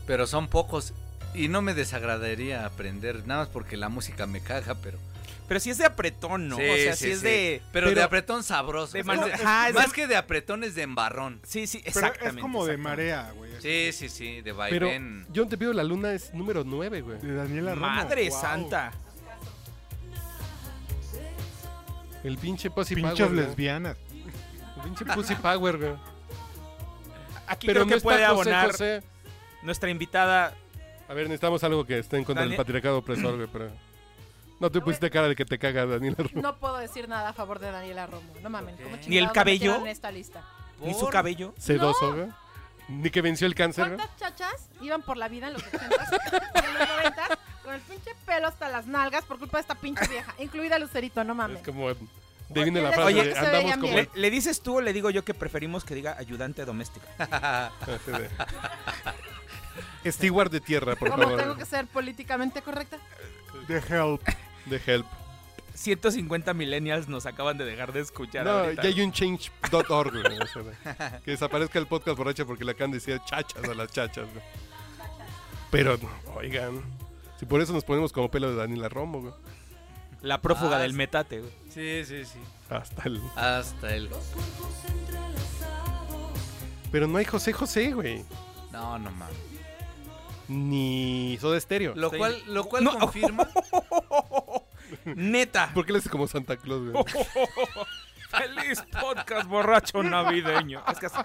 Pero son pocos. Y no me desagradaría aprender, nada más porque la música me caga, pero.
Pero sí es de apretón, ¿no? o sea, sí, es
sí.
de...
Pero, de apretón sabroso.
de
O sea,
man- Ajá, es de-
Más que de apretón es de embarrón.
Sí, sí,
Pero
exactamente.
es como de
exactamente.
marea, güey.
Sí, sí, sí, de
Pero
vaivén.
Yo te pido la luna es número 9, güey.
De Daniela Romo.
Madre
Wow.
santa.
El pinche Pussy
Pinches
Power. güey.
lesbianas.
El pinche Pussy Power, güey.
Aquí
Pero
creo
no
que
está
puede
José
abonar
José.
nuestra invitada.
A ver, necesitamos algo que esté en contra del
Daniel-
patriarcado opresor, güey, pero... No te pusiste cara de que te caga, Daniela Romo.
No puedo decir nada a favor de Daniela Romo. No mamen.
Ok.
¿cómo
Ni el
chingados la
cabello.
metieron En esta lista.
Ni su
Por-
cabello.
Sedoso, güey. Ni que venció el cáncer, güey.
¿Cuántas chachas iban por la vida en los 80s y en los 90s con el pinche pelo hasta las nalgas por culpa de esta pinche vieja? Incluida Lucerito, no mames.
Es como... De ahí viene la
Oye,
frase
oye,
de
que se
andamos
veían
como...
bien.
¿Le, le dices tú o le digo yo que preferimos que diga ayudante doméstica?
Así este de- Steward de tierra, por
¿Cómo tengo
favor.
que ser políticamente correcta?
The Help.
De help.
150 millennials nos acaban de dejar de escuchar
No,
ahorita.
ya hay un change.org. güey, o sea, de- que desaparezca el podcast borracha porque le acaban de decir chachas a las chachas. güey. Pero, no, oigan, si por eso nos ponemos como pelo de Daniela Romo, güey.
La prófuga
Ah,
del
sí.
metate, güey.
Sí, sí, sí.
Hasta el...
Hasta el.
Pero no hay José José, güey.
No, no mames.
Ni Soda Estéreo.
Lo
Sí.
cual, lo cual
No.
confirma.
Neta.
¿Por qué le hace como Santa Claus, güey?
Feliz podcast borracho navideño. Es que así-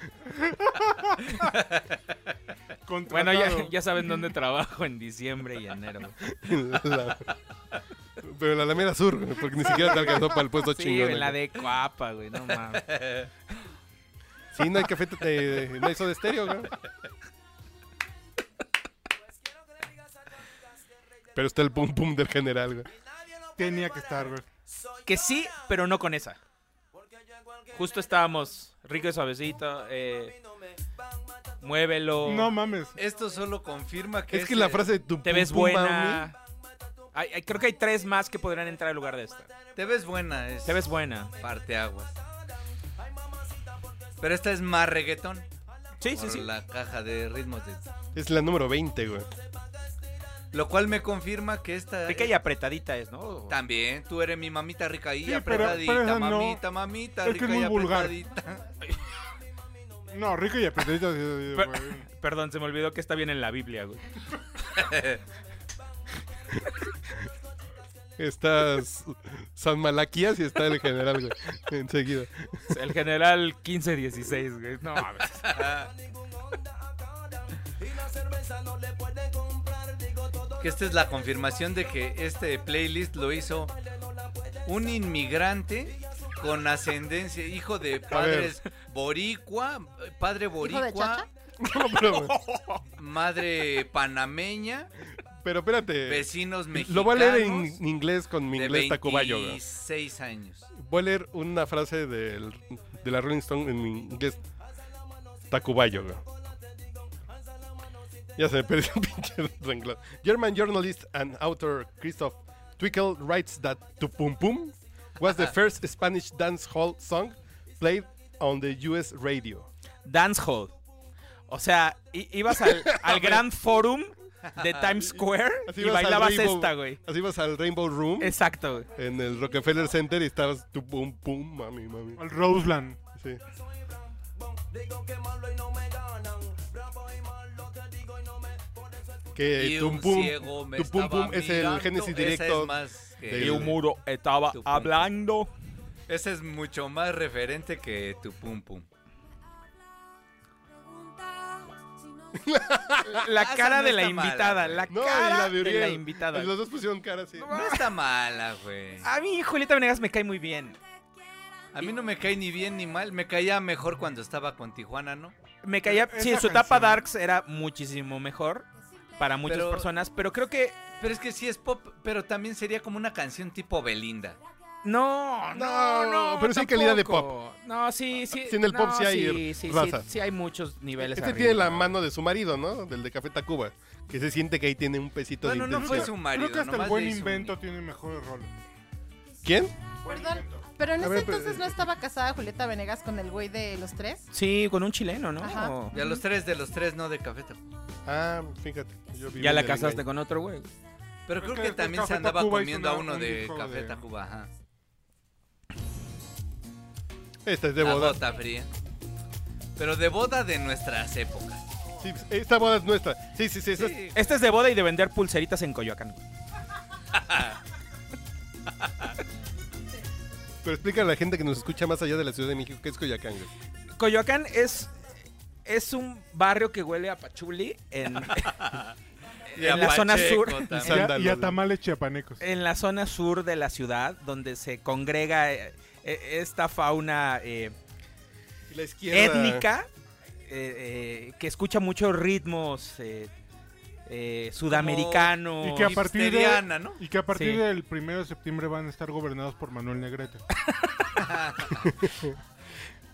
bueno, ya, ya saben dónde trabajo en diciembre y enero. güey.
La- Pero en la Alameda Sur, güey, porque ni siquiera te alcanzó para el puesto
Sí,
chingón.
en la
güey.
de Coapa, güey, no mames.
Sí, no hay café, te- te- no hay Soda Estéreo, güey. Pero está el pum pum del general, güey.
Tenía que estar, güey.
Que sí, pero no con esa. Justo estábamos rico y suavecito. eh, muévelo.
No mames.
Esto solo confirma que.
Es que
ese-
la frase de tu
te
pum
ves
pum,
buena. Ay, ay, creo que hay tres más que podrían entrar al lugar de esta.
Te ves buena. Es
Te ves buena.
Parte agua. Pero esta es más reggaetón.
Sí, sí,
por
sí.
La caja de ritmos. de-
mami, Es la número 20, güey.
Lo cual me confirma que esta.
Rica y apretadita es, ¿no?
También, tú eres mi mamita rica y
Sí, pero-
apretadita,
pero esa no.
mamita, mamita,
Es que
rica
es muy
y
vulgar.
apretadita.
No, rico y apretadito. sí, sí,
Pero-
güey.
Perdón, se me olvidó que está bien en la Biblia, güey.
Está S- San Malaquías y está el general, güey. Enseguida.
El general 1516, güey. No, mames.
Que esta es la confirmación de que este playlist lo hizo un inmigrante con ascendencia, hijo de padres boricua, eh, padre boricua,
chacha?
No, pero,
madre panameña,
pero
Eh,
espérate.
vecinos mexicanos.
Lo voy a leer en in- inglés con mi
de
inglés tacubayo, güey.
26 años.
Voy a leer una frase del- de la Rolling Stone en inglés tacubayo, güey. Ya se me perdió un pinche renglón. German journalist and author Christoph Twickel writes that Tu Pum Pum was the first Spanish dance hall song played on the US radio.
Dancehall. O sea, i- ibas al, al Gran Forum de Times Square
Así
y
ibas al
bailabas
Rainbow-
esta, güey.
Así vas al Rainbow Room
Exacto, güey.
en el Rockefeller Center y estabas Tu Pum Pum, mami, mami.
Al Roseland.
Sí. Que
y
tu
un
Eh, pum,
ciego me
tu pum
estaba
pum es el
mirando.
génesis
Esa es
directo.
más que-
del- Y un
muro estaba
Tu pum.
hablando.
Ese es mucho más referente que tu pum pum.
La
esa
cara
no
de la
está mala,
invitada,
güey.
la
No, y la
cara
de
de, la
Uriel.
invitada.
Los dos pusieron cara así.
No está mala, güey.
A mí Julieta Venegas me cae muy bien.
A mí no me cae ni bien ni mal. Me caía mejor cuando estaba con Tijuana, ¿no?
me caía. Sí,
Esa
su etapa
canción.
Darks era muchísimo mejor para muchas
Pero-
personas, pero creo que.
Pero es que sí es pop, pero también sería como una canción tipo Belinda.
No, no,
No,
no.
pero sí hay calidad de
tampoco. No, sí, sí.
Sí, en el pop
no,
sí hay
Sí, sí,
raza.
sí, sí hay muchos niveles.
Este tiene la
arriba.
mano de su marido, ¿no? Del de Café Tacuba. Que se siente que ahí tiene un pesito
Bueno,
de
no
intensidad.
fue Pues su marido.
Creo que hasta el
nomás
buen
le hizo un-
invento tiene mejor rol.
¿Quién?
Perdón, pero en
A
ese
ver, pero-
entonces
eh,
no estaba casada Julieta Venegas con el güey de los tres.
Sí, con un chileno, ¿no?
Ajá.
O-
De los tres, de los tres, no de Café Tacuba.
Ah, fíjate. yo viví
Ya
en
la
el
casaste
engaño.
con otro güey.
Pero
Es
creo
que
que,
después
también
Café
se andaba
Tacuba hizo
comiendo a
una-
uno
un
de
disco
Café
de-
Tacuba, ajá.
Esta es de
La
boda.
bota fría. Pero de boda de nuestras épocas.
Sí, pues, esta boda es nuestra. Sí, sí, sí. esa
Pues
es-
Sí.
Este es de boda y de vender pulseritas en Coyoacán.
Pero explica a la gente que nos escucha más allá de la Ciudad de México que es Coyacán. güey.
Coyoacán es es un barrio que huele a pachuli en,
Y a
En la zona
Pacheco
sur.
también.
Y a,
Sándalo,
y a
güey.
tamales chiapanecos.
Eh,
en la zona sur de la ciudad donde se congrega eh, eh, esta fauna eh,
Y la izquierda.
étnica eh, eh, que escucha muchos ritmos eh, eh, sudamericanos.
Y que a partir de-
Hipsteriana, ¿no?
Y que a partir
Sí.
del primero de septiembre van a estar gobernados por Manuel Negrete.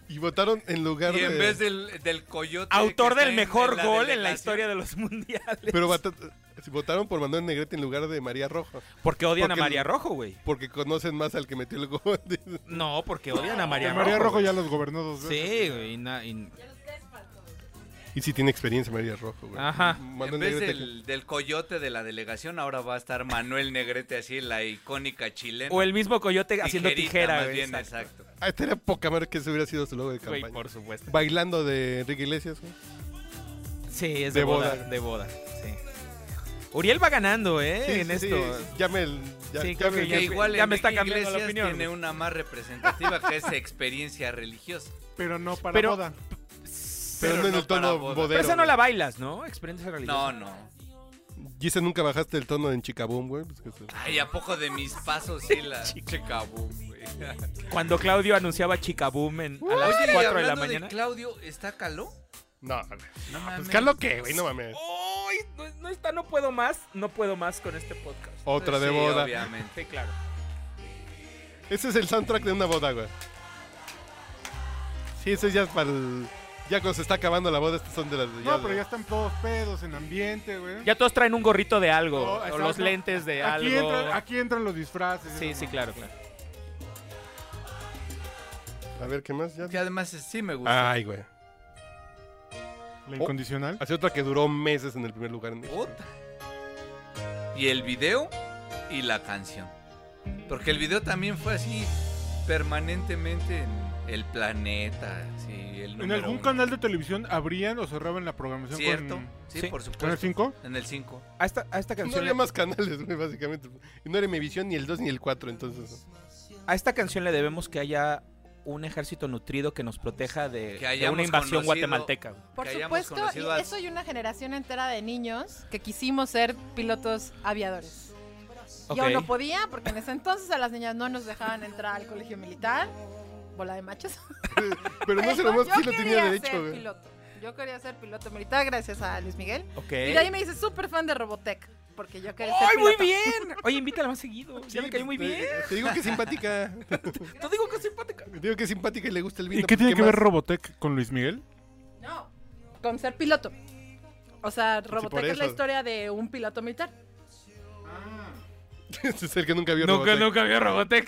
Y votaron en lugar
Y en
de-
vez del, del coyote.
Autor
que
del
está
mejor
en la
gol en la
delegación.
historia de los mundiales.
Pero vota- si votaron por Manuel Negrete en lugar de María Rojo.
porque odian
porque-
a María Rojo, güey.
Porque conocen más al que metió el gol.
No, porque odian a
Que
María Rojo.
María Rojo
güey.
pues.
ya los gobernó dos veces.
Sí, güey. y na- y-
y sí tiene experiencia María Rojo, güey.
Ajá.
Manuel
En vez
Negrete-
del, del coyote de la delegación, ahora va a estar Manuel Negrete así, la icónica chilena.
O el mismo coyote haciendo
Tijerita,
tijera,
más
güey.
bien,
exacto.
exacto.
Ah, este era poca madre que ese hubiera sido su logo de
Güey,
campaña.
por supuesto.
Bailando de Enrique Iglesias, güey.
Sí, es
De
de, boda,
boda.
de boda. Sí. Uriel va ganando, ¿eh?
Sí,
en
sí,
esto.
sí, Ya me, ya,
Sí,
ya
creo
me-
que ya-
Que igual
me está
Enrique
cambiando la
Iglesias
opinión,
tiene
güey.
una más representativa que es experiencia religiosa.
Pero no para
Pero-
boda.
pero no en el
para
tono
boda.
bodero.
Pero esa no
güey.
la bailas, ¿no? Experiencia religiosa.
No, no.
Gise, nunca bajaste el tono en Chicaboom, güey. Pues que se-
Ay, ¿a poco de mis pasos sí la checabú, güey?
Cuando Claudio anunciaba Chicaboom en, a las
Oye, y
4 de la
hablando
mañana. Ah,
Claudio, ¿está caló?
No, güey.
No mames.
Pues Carlos, ¿qué, güey? No mames.
¡Ay! No, no está, no puedo más, no puedo más con este podcast.
Oh, Otra de
Sí,
boda.
obviamente.
Sí, claro.
Ese es el soundtrack de una boda, güey. Sí, ese ya es para el... Ya cuando se está acabando la boda, estas son de las... de-
No, pero ya están todos pedos en ambiente, güey.
Ya todos traen un gorrito de algo,
No,
o
exacto.
los lentes de
Aquí,
algo. Ah,
entran, aquí entran los disfraces.
Sí,
eso,
sí,
¿no?
claro, claro.
A ver, ¿qué más? Ya-
Que además es- sí me gusta.
Ay, güey.
La incondicional.
Oh,
Hace otra que duró meses en el primer lugar. en México.
Puta. Y el video y la canción. Porque el video también fue así permanentemente en el planeta, sí, el
en
número
algún
uno.
canal de televisión abrían o cerraban la programación
¿Cierto?
con,
Sí,
Sí.
por
con el
supuesto.
5.
En el 5.
A esta, a esta
No
canción,
había
le,
más canales, güey, básicamente. Y no era mi visión ni el 2 ni el 4, entonces.
a esta canción le debemos que haya un ejército nutrido que nos proteja de,
Que
de
hayamos
una invasión
conocido-
guatemalteca. güey.
Por
hayamos
supuesto, y
conocido a-
eso y una generación entera de niños que quisimos ser pilotos aviadores. Yo
Ok.
no podía, porque en ese entonces a las niñas no nos dejaban entrar al colegio militar. Bola de machos.
Pero no se lo más
Yo
sí lo tenía
quería
derecho,
ser
güey.
piloto. Yo quería ser piloto militar gracias a Luis Miguel.
Ok.
Y de ahí me hice súper fan de Robotech, porque yo quería ser
¡Ay, muy
piloto.
bien! Oye, invítala más seguido. ya me cayó muy
Te-
bien.
Te digo que es simpática.
Te digo que es simpática.
Te digo que es simpática y le gusta el vino.
¿Y qué tiene que ver
Robo?
Robotech con Luis Miguel?
No, con ser piloto. O sea,
por
Robotech es la
eso.
historia de un piloto militar.
Este es el que nunca vio
Nunca,
Robotech.
nunca vio Robotech.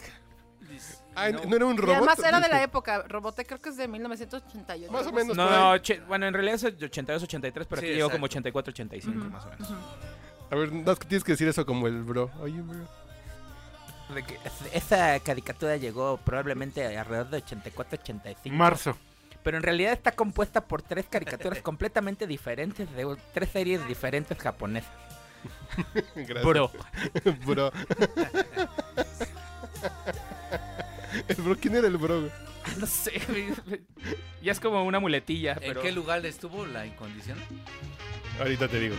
Ah, no. era un
Y
robot.
además era de la época, Robotech creo que es de 1988.
Más o menos.
No,
por ahí.
che- bueno, en realidad es 82, 83, pero
Sí,
aquí llegó
exacto.
como 84, 85 más o menos.
A ver, no, es que tienes que decir eso como el bro. Oye, bro.
Esa caricatura llegó probablemente alrededor de 84-85.
Marzo.
Pero en realidad está compuesta por tres caricaturas completamente diferentes de tres series diferentes japonesas.
Gracias.
Bro,
bro. el bro, ¿quién era el bro? güey?
no sé. güey. Ya es como una muletilla,
¿En
pero...
qué lugar estuvo la incondicional?
Ahorita te digo.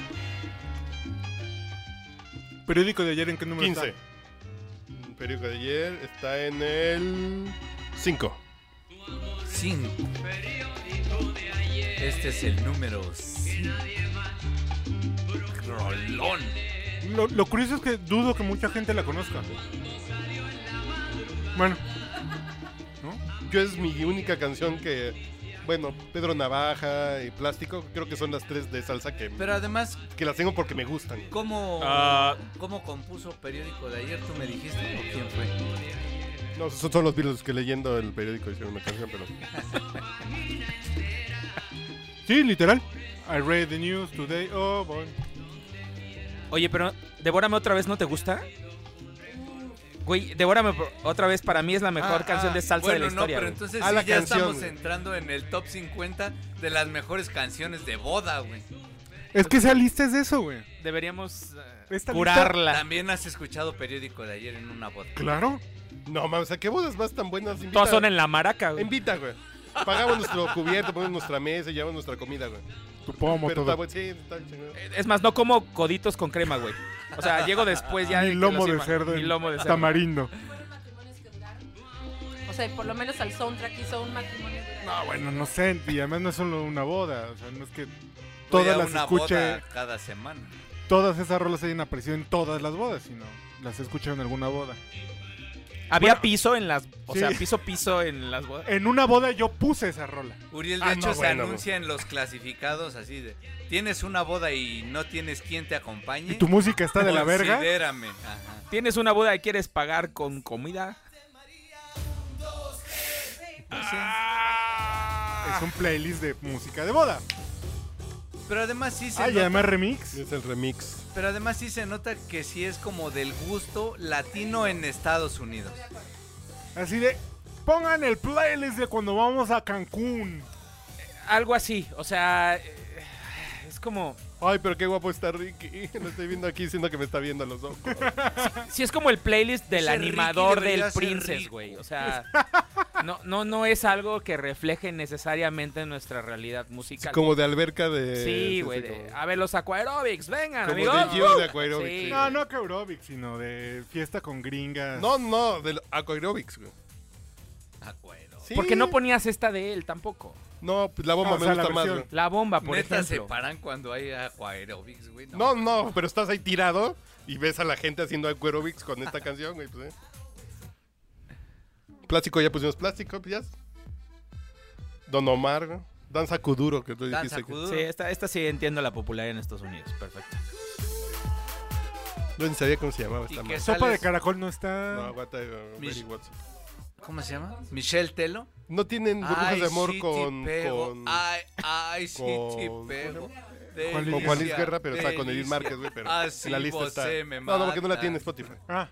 Periódico de ayer, ¿en qué número
15.
está?
Mm, Periódico de ayer está en el 5.
5. Este es el número 5. Rolón.
Lo, lo curioso es que dudo que mucha gente la conozca. Bueno,
Yo es mi única canción que. Bueno, Pedro Navaja y Plástico, creo que son las tres de salsa que,
Pero además,
que las tengo porque me gustan.
¿cómo,
Ah.
¿cómo compuso periódico de ayer? ¿Tú me dijiste o quién fue?
No, son, son los Beatles que leyendo el periódico hicieron una canción, pero.
sí, literal. I read the news today. Oh, boy.
Oye, pero Devórame otra vez, ¿no te gusta? Güey, Devórame por- otra vez para mí es la mejor
Ah,
canción
ah,
de salsa
bueno,
de la historia.
No, pero
güey.
entonces
Ah,
sí,
la
ya
canción,
estamos
güey.
entrando en el top 50 de las mejores canciones de boda, güey.
Es que esa lista es de eso, güey.
Deberíamos eh,
Esta
curarla.
También has escuchado periódico de ayer en una boda.
Claro.
No, mames, ¿a qué bodas más tan buenas? Invita,
Todos son en la maraca, güey.
Invita, güey. Pagamos nuestro cubierto, ponemos nuestra mesa y llevamos nuestra comida, güey.
Tu pomo,
Pero está
todo.
bueno, sí, está chingón.
Es más, no como coditos con crema, güey. O sea, llego después ya.
Ah, Ni
de que
lomo
los
de
sirvan.
cerdo.
Ni lomo de cerdo.
Tamarindo.
O sea, y por lo menos al soundtrack hizo un matrimonio.
No, bueno, no sé. Y además no es solo una boda. O sea, no es que
Voy
todas
a
las
una
escuche.
boda cada semana.
Todas esas rolas hayan aparecido en todas las bodas, sino las escuché en alguna boda.
Había piso en las. O
Sí.
sea, piso, piso en las bodas.
En una boda yo puse esa rola.
Uriel, de
Ah,
hecho,
no,
se
bueno,
anuncia en los clasificados así de... Tienes una boda y no tienes quien te acompañe.
Y tu música está de la
Pues
verga.
Considérame. Ajá.
Tienes una boda y quieres pagar con comida.
Es un playlist de música de boda.
Pero además sí se
Ah, y
nota-
además remix.
Es el remix.
Pero además sí se nota que sí es como del gusto latino en Estados Unidos.
Así de. Pongan el playlist de cuando vamos a Cancún.
Algo así. O sea, eh, es como.
Ay, pero qué guapo está Ricky. Lo estoy viendo aquí diciendo que me está viendo a los ojos.
Sí, es como el playlist del
Ese
animador
Ricky debería
del
ser
Princess,
rico.
güey. O sea, no, no, no es algo que refleje necesariamente nuestra realidad
Sí,
musical.
como de alberca de.
sí, güey.
sí,
de-
como-
A ver, los Aquaerobics, vengan,
Como
amigos.
de Gio de
¡Uh!
Aquaerobics,
Sí.
sí.
No, no que aeróbic, sino de fiesta con gringas.
No, no, del Aquaerobics, güey.
Acuerdo.
Sí.
Porque no ponías esta de él tampoco.
No, pues la bomba
Ah, o sea,
me
la
gusta más,
versión.
güey.
La bomba, por
Neta se
ejemplo.
paran cuando hay aquaerobics, güey. No.
No, no, pero estás ahí tirado y ves a la gente haciendo Aquaerobics con esta canción, güey. Pues, eh. Plástico, ya pusimos plástico, pues ya. Don Omar, güey. Danza Kuduro, que tú
Danza
dijiste. que-
Kuduro.
Sí, esta, esta sí entiendo la popularidad en Estados Unidos. Perfecto.
Yo ni sabía cómo se llamaba
Y
esta
que
madre.
Sopa de
sales-
caracol no
No,
está.
aguanta, güey,
Mis-
Mary Watson.
¿Cómo se llama? Michelle Telo.
No tienen burbujas
Ay,
de amor
sí te
con.
pego.
con...
Ay, ay, sí
con-
te
¿cómo se
pego.
Juan Luis-
Con
Delicia,
Juan Luis Guerra, pero está con Edith
delicia.
Márquez, güey, pero
Ah, sí,
la lista
vos
está.
se me
no, no, porque no la
mata.
tiene Spotify.
Ah,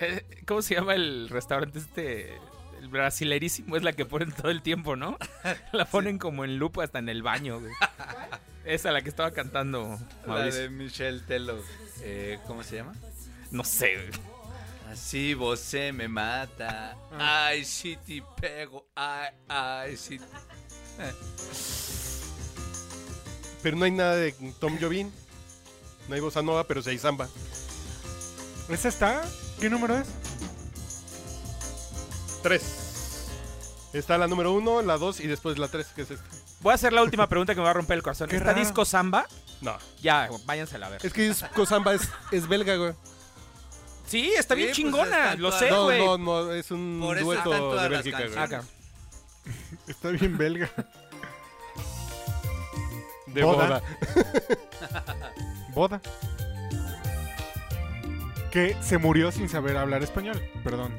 Eh, ¿Cómo se llama el restaurante este? El brasilerísimo es la que ponen todo el tiempo, ¿no? La ponen como en loop hasta en el baño, güey. Esa la que estaba cantando
La
Mauricio.
de Michelle Telo. Eh, ¿Cómo se llama?
No sé, güey.
Así vos se me mata. Ay, sí te pego. Ay, ay, sí.
Pero no hay nada de Tom Jobin. No hay bossa nova, pero sí hay samba.
¿esa está? ¿Qué número es?
Tres. Está la número uno, la dos y después la tres, que es esta.
Voy a hacer la última pregunta que me va a romper el corazón.
Qué
¿Está
raro.
disco samba?
No.
Ya, váyansela a ver.
Es que disco samba es, es belga, güey.
Sí, está bien
Sí, pues,
chingona,
están
lo
todas-
sé,
no,
güey.
no, no, es un
Por eso están
dueto
todas
de
las
Bélgica, güey.
canciones.
Acá.
Está bien belga.
De
Boda.
boda.
Boda. Que se murió sin saber hablar español. Perdón.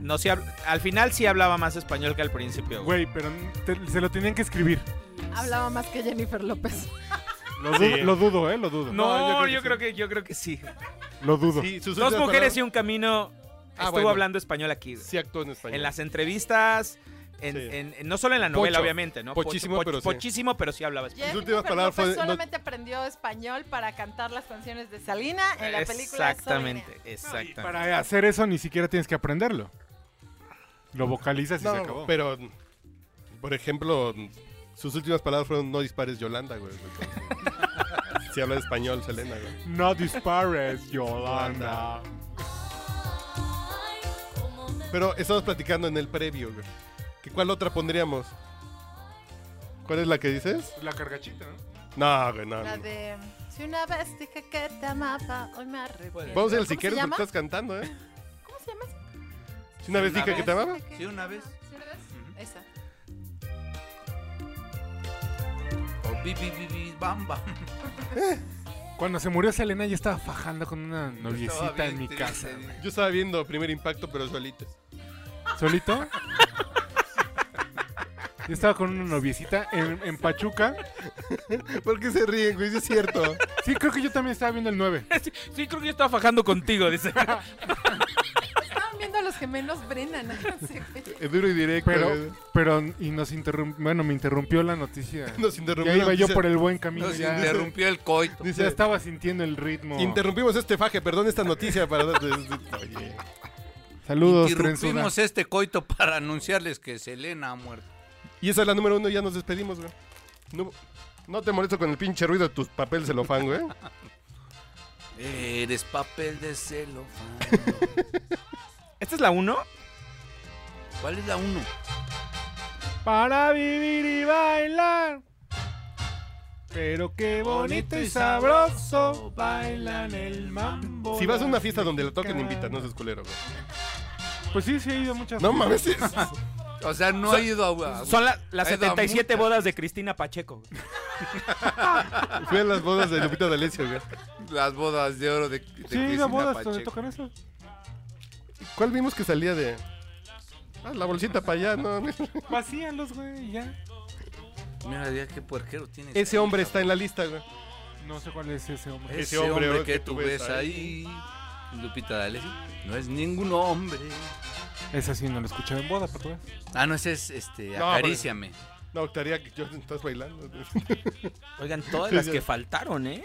No, sí hab- al final sí hablaba más español que al principio, güey.
Güey, pero te- se lo tenían que escribir.
Hablaba más que Jennifer López.
Lo,
Sí.
du- lo dudo, ¿eh? Lo dudo.
No, yo creo que yo creo que sí.
Lo dudo.
Sí, sus
Dos
últimas
mujeres
palabras-
y un camino
Ah,
estuvo
bueno.
hablando español aquí. güey.
Sí actuó en español.
En las entrevistas, en,
Sí.
en- en- no solo en la novela,
Pocho.
obviamente, ¿no? Pocho-
Pochísimo,
Poch-
pero sí.
Pochísimo, pero sí hablaba español.
Jennifer
últimas palabras
López
fue- no-
solamente aprendió español para cantar las canciones de Salina en la película
Exactamente,
Y
exactamente.
Para hacer eso ni siquiera tienes que aprenderlo. Lo vocalizas y
No,
se acabó.
pero, por ejemplo, sus últimas palabras fueron no dispares Yolanda, güey. Si habla español, Selena, güey.
No dispares, Yolanda.
Pero estamos platicando en el previo, güey. ¿Que ¿Cuál otra pondríamos? ¿Cuál es la que dices?
La cargachita, ¿no?
No, güey, no.
La
no.
de. Si una vez dije que te amaba, hoy me arrepiento.
Vamos a ir al
¿Cómo
si quieres,
se
porque
llama?
estás cantando, ¿eh?
¿Cómo se llama? esa?
Si una vez
Una
dije que
vez.
te amaba.
Sí, una vez.
¿Sí, una vez? Esa.
O Oh, bi, bi, bi, bi, bam, bam.
Cuando se murió Selena ya estaba fajando con una noviecita
Estaba
en mi
bien
casa.
triste,
güey.
Yo estaba viendo Primer Impacto, pero solito.
¿Solito? Yo estaba con una noviecita en, en Pachuca.
¿Por qué se ríen, güey? Sí Es cierto.
Sí, creo que yo también estaba viendo el 9.
Sí, sí, creo que yo estaba fajando contigo, dice.
Estaban viendo a los que menos brindan. así, güey.
Es Eh, duro y directo. eh.
Pero,
güey.
pero, y nos interrumpió, bueno, me interrumpió la noticia.
Nos
ya
interrumpieron.
iba yo
Dice-
por el buen camino.
Nos
ya,
interrumpió el coito.
ya estaba sintiendo el ritmo.
Interrumpimos este faje, perdón esta noticia para... Oye.
Saludos, trenzuna.
Interrumpimos este coito para anunciarles que Selena ha muerto.
Y esa es la número uno, ya nos despedimos, güey. No, no te molesto con el pinche ruido de tus papel celofán, güey.
Eres papel de celo.
¿Esta es la 1?
¿Cuál es la uno?
Para vivir y bailar. Pero qué bonito y sabroso bailan el mambo.
Si vas a una
las
fiesta donde lo toquen,
mexicanas.
invitas, no seas culero, güey.
Pues sí, sí he ido a muchas.
No mames. sí.
O sea, no ha ido a... a-
Son la- las
Ahí va
77
mucha.
bodas de Cristina Pacheco.
Fui a las bodas de Lupita D'Alessio, güey.
Las bodas de oro de, de
Sí, he ido
Cristina
a bodas donde
Pacheco.
tocan eso.
¿Cuál vimos que salía de...? Ah, la bolsita para allá, no.
Vacíalos, güey, y ya.
Mira, ya qué puerquero tienes.
Ese hombre está en la lista, güey.
No sé cuál es ese hombre.
Ese hombre, oh, que tú ves ahí, Lupita D'Alessio, no es ningún hombre.
Esa sí no lo escuchaba en boda, pero
Ah, no, ese es este,
No,
acaríciame.
No, estaría que yo estás bailando. güey.
Oigan, todas las que faltaron, ¿eh?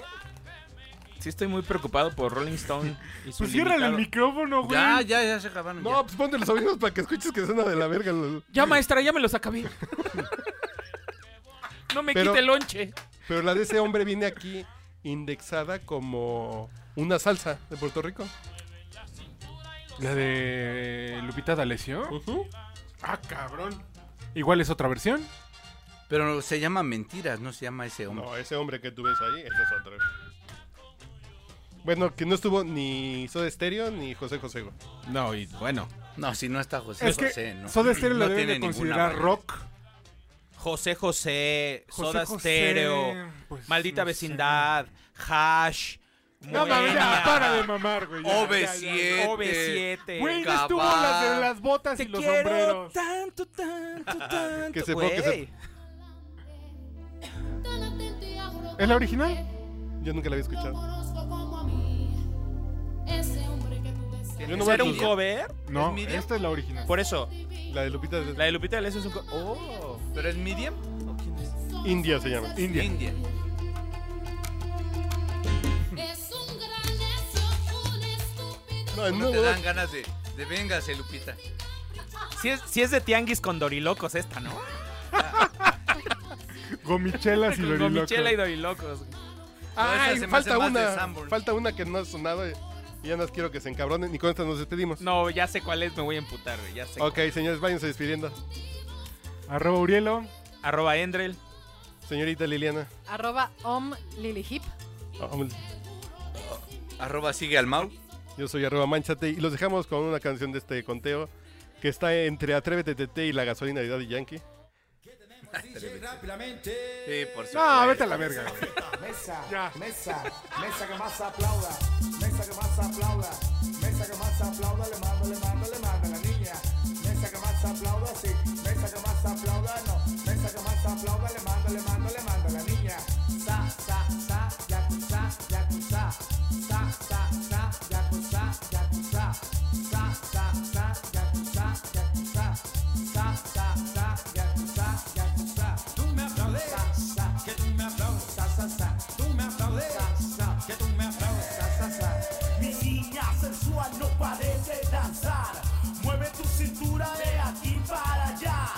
Sí, estoy muy preocupado por Rolling Stone. Y su
Pues ciérrale el
limitado.
micrófono, güey.
Ya, ya, ya se acabaron.
No, pues ponte los oídos para que escuches que suena de la verga. los-
Ya, maestra, ya me los acabé. no me
Pero-
quite el lonche.
Pero la de ese hombre viene aquí indexada como una salsa de Puerto Rico.
La de Lupita D'Alessio. Ah, cabrón. Igual es otra versión.
ya. Pero se llama mentiras, no se llama ese hombre.
No, ese hombre que tú ves ahí, ese es otro. Bueno, que no estuvo ni Soda Stereo ni José José. güey.
No, y bueno.
No, si no está José
Es que
José, no.
Soda Stereo
No
la deben
tiene
de
ninguna
considerar
variedad.
rock.
José José,
José
Soda
José,
Stereo,
pues,
Maldita
no sé.
Vecindad, Hash,
No mames, ya,
Moenia,
para de mamar, güey. ya, ya, ya.
OV7.
OV7.
Güey, no
Cabá.
estuvo las de las botas
Te
y los
quiero
sombreros.
tanto, tanto, tanto.
Que se-
güey.
que se-
¿Es la original?
Yo nunca la había escuchado.
Tiene
Yo no
que
¿Era
ser
un
Miriam.
cover?
No,
Miriam?
esta es la original.
Por eso,
La de Lupita de
la de Lupita D'Alessio es un cover. Oh.
¿Pero es Miriam? ¿O quién es?
India se llama.
India.
India.
No,
No
no,
te dan
güey.
ganas de, de véngase, Lupita.
Si es, sí es de Tianguis con Dorilocos esta, ¿no?
Gomichelas y
Con
Dorilocos.
Gomichela y Dorilocos. güey.
No,
Ay,
esa se me
falta
hace más de
una.
Sanborns.
Falta una que no ha sonado. y- Y ya nos quiero que se encabronen. Y con esta nos despedimos.
No, ya sé cuál es, me voy a emputar, güey, ya sé.
Ok, señores, váyanse despidiendo.
Arroba Urielo.
Arroba Endrel.
Señorita Liliana. um,
Arroba om Lily Hip.
Vamos.
Arroba sigue al Mau.
Yo soy arroba manchate y los dejamos con una canción de este conteo que está entre Atrévete TT y la gasolina de Daddy Yankee.
Sí, por supuesto.
No, vete a la verga, güey.
Mesa,
Ya.
mesa, mesa que más aplauda, mesa que más aplauda, mesa que más aplauda, le mando, le mando, le mando a la niña. Mesa que más aplauda, sí, mesa que más aplauda, no, mesa que más aplauda, le mando, le mando, le mando a la niña. Sa, sa, sa, yakuza, yakuza, sa, sa, sa, yakuza, yakuza, sa, sa, sa, yakuza, yakuza, sa, sa, sa, yakuza, yakuza. Tú me aplaudes, que tú me aplaudes, sa, sa, sa, tú me aplaudes, sa, sa, que tú me aplaudes, sa, sa, sa. Mi niña sensual no parece danzar, mueve tu cintura de aquí para allá.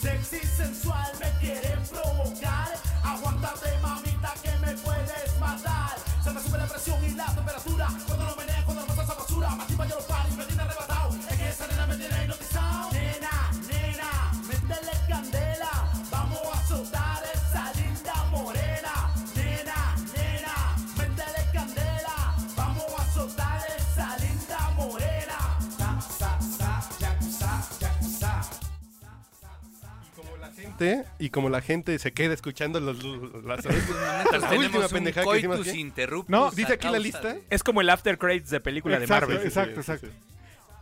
Sexy sensual me quiere provocar, aguántate mamita que me puedes matar. Se me sube la presión y la temperatura cuando lo meneas, cuando lo pasas a basura. Más tiempo yo lo paro y me tiene arrebatado, es que esa nena me tiene hipnotizado. Nena, nena, me está
gente y como la gente se queda escuchando los, las, la última
Tenemos un
pendejada que hicimos
coitus
aquí.
interruptus.
No,
a
dice aquí la
causa
lista.
de-
Es como el after credits de película
Exacto,
de Marvel.
exacto,
Sí, sí, sí.
exacto.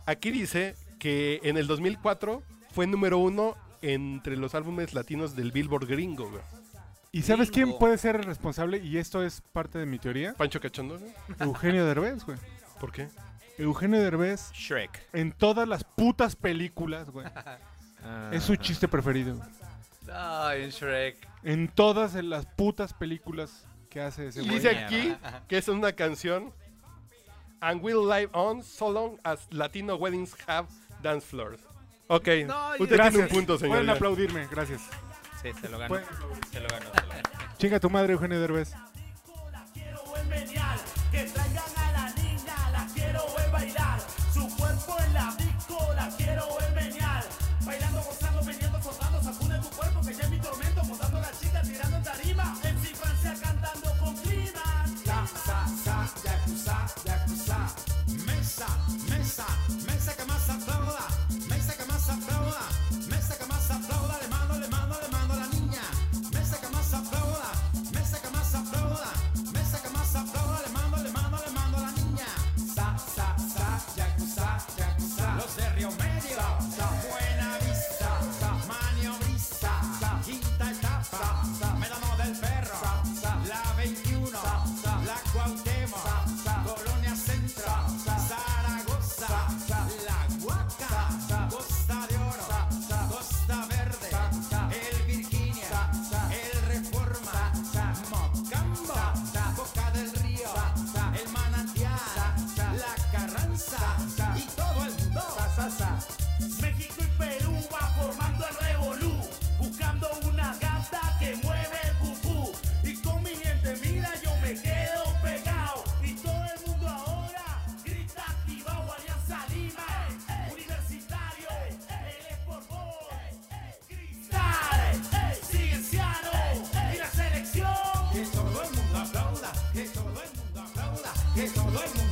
Aquí dice que en el 2004 fue número uno entre los álbumes latinos del Billboard gringo, güey.
¿Y sabes quién
Bingo.
puede ser el responsable? Y esto es parte de mi teoría.
Pancho Cachondo, güey.
Eugenio Derbez, güey.
¿Por qué?
Eugenio Derbez
Shrek.
en todas las putas películas, güey. Es su chiste preferido. güey.
Ay, Shrek.
En todas las putas películas que hace ese
Y
güey.
dice aquí que es una canción And we'll live on so long as Latino weddings have dance floors. Ok,
No,
usted
ya-
tiene un punto,
Pueden
señor.
aplaudirme, gracias.
Sí, se lo ganó.
Pueden-
Se lo ganó.
Chinga tu madre, Eugenio Derbez.
Que traigan a la niña, la quiero ver bailar. Su cuerpo en la disco, la quiero ver menear. Bailando, gozando, veniendo, soltando, sacude tu cuerpo, que ya es mi tormento. Montando la chica, tirando en tarima. En mi Francia cantando con clima. Ya, sa, sa, yakuza, yakuza. Mesa, mesa, mesa que más aplauda. Mesa que más aplauda. Mesa que más aplauda. Le mando, le mando, le mando a la niña. Mesa que más aplauda. Mesa que más aplauda. Mesa que más aplauda. Le mando, le mando, le mando a la niña. Sa, sa, sa, yakuza, yakuza. Los de Río Medio. Sa, buena vista. Sa, maniobrista. Sa, quinta etapa. Sa, medano del perro. Sa, la 21. Sa, la Cuauhtémoc. Sa, Colonia Centro. Sa, Zaragoza. Sa, la Huaca. Sa, Costa de Oro. Sa, Costa Verde. El Virginia. El Reforma. Mocambo. Boca del Río. El Manantial. La Carranza. Y todo el mundo. México y Perú va formando el revolú, buscando una gata que mueve el pupú. Y con mi gente, mira, yo me quedo pegado. Y todo el mundo ahora grita activado, Alianza Lima, Universitario, el Esportbol, Cristal, Cienciano y la selección. Que todo el mundo aplauda, que todo el mundo aplauda, que todo el mundo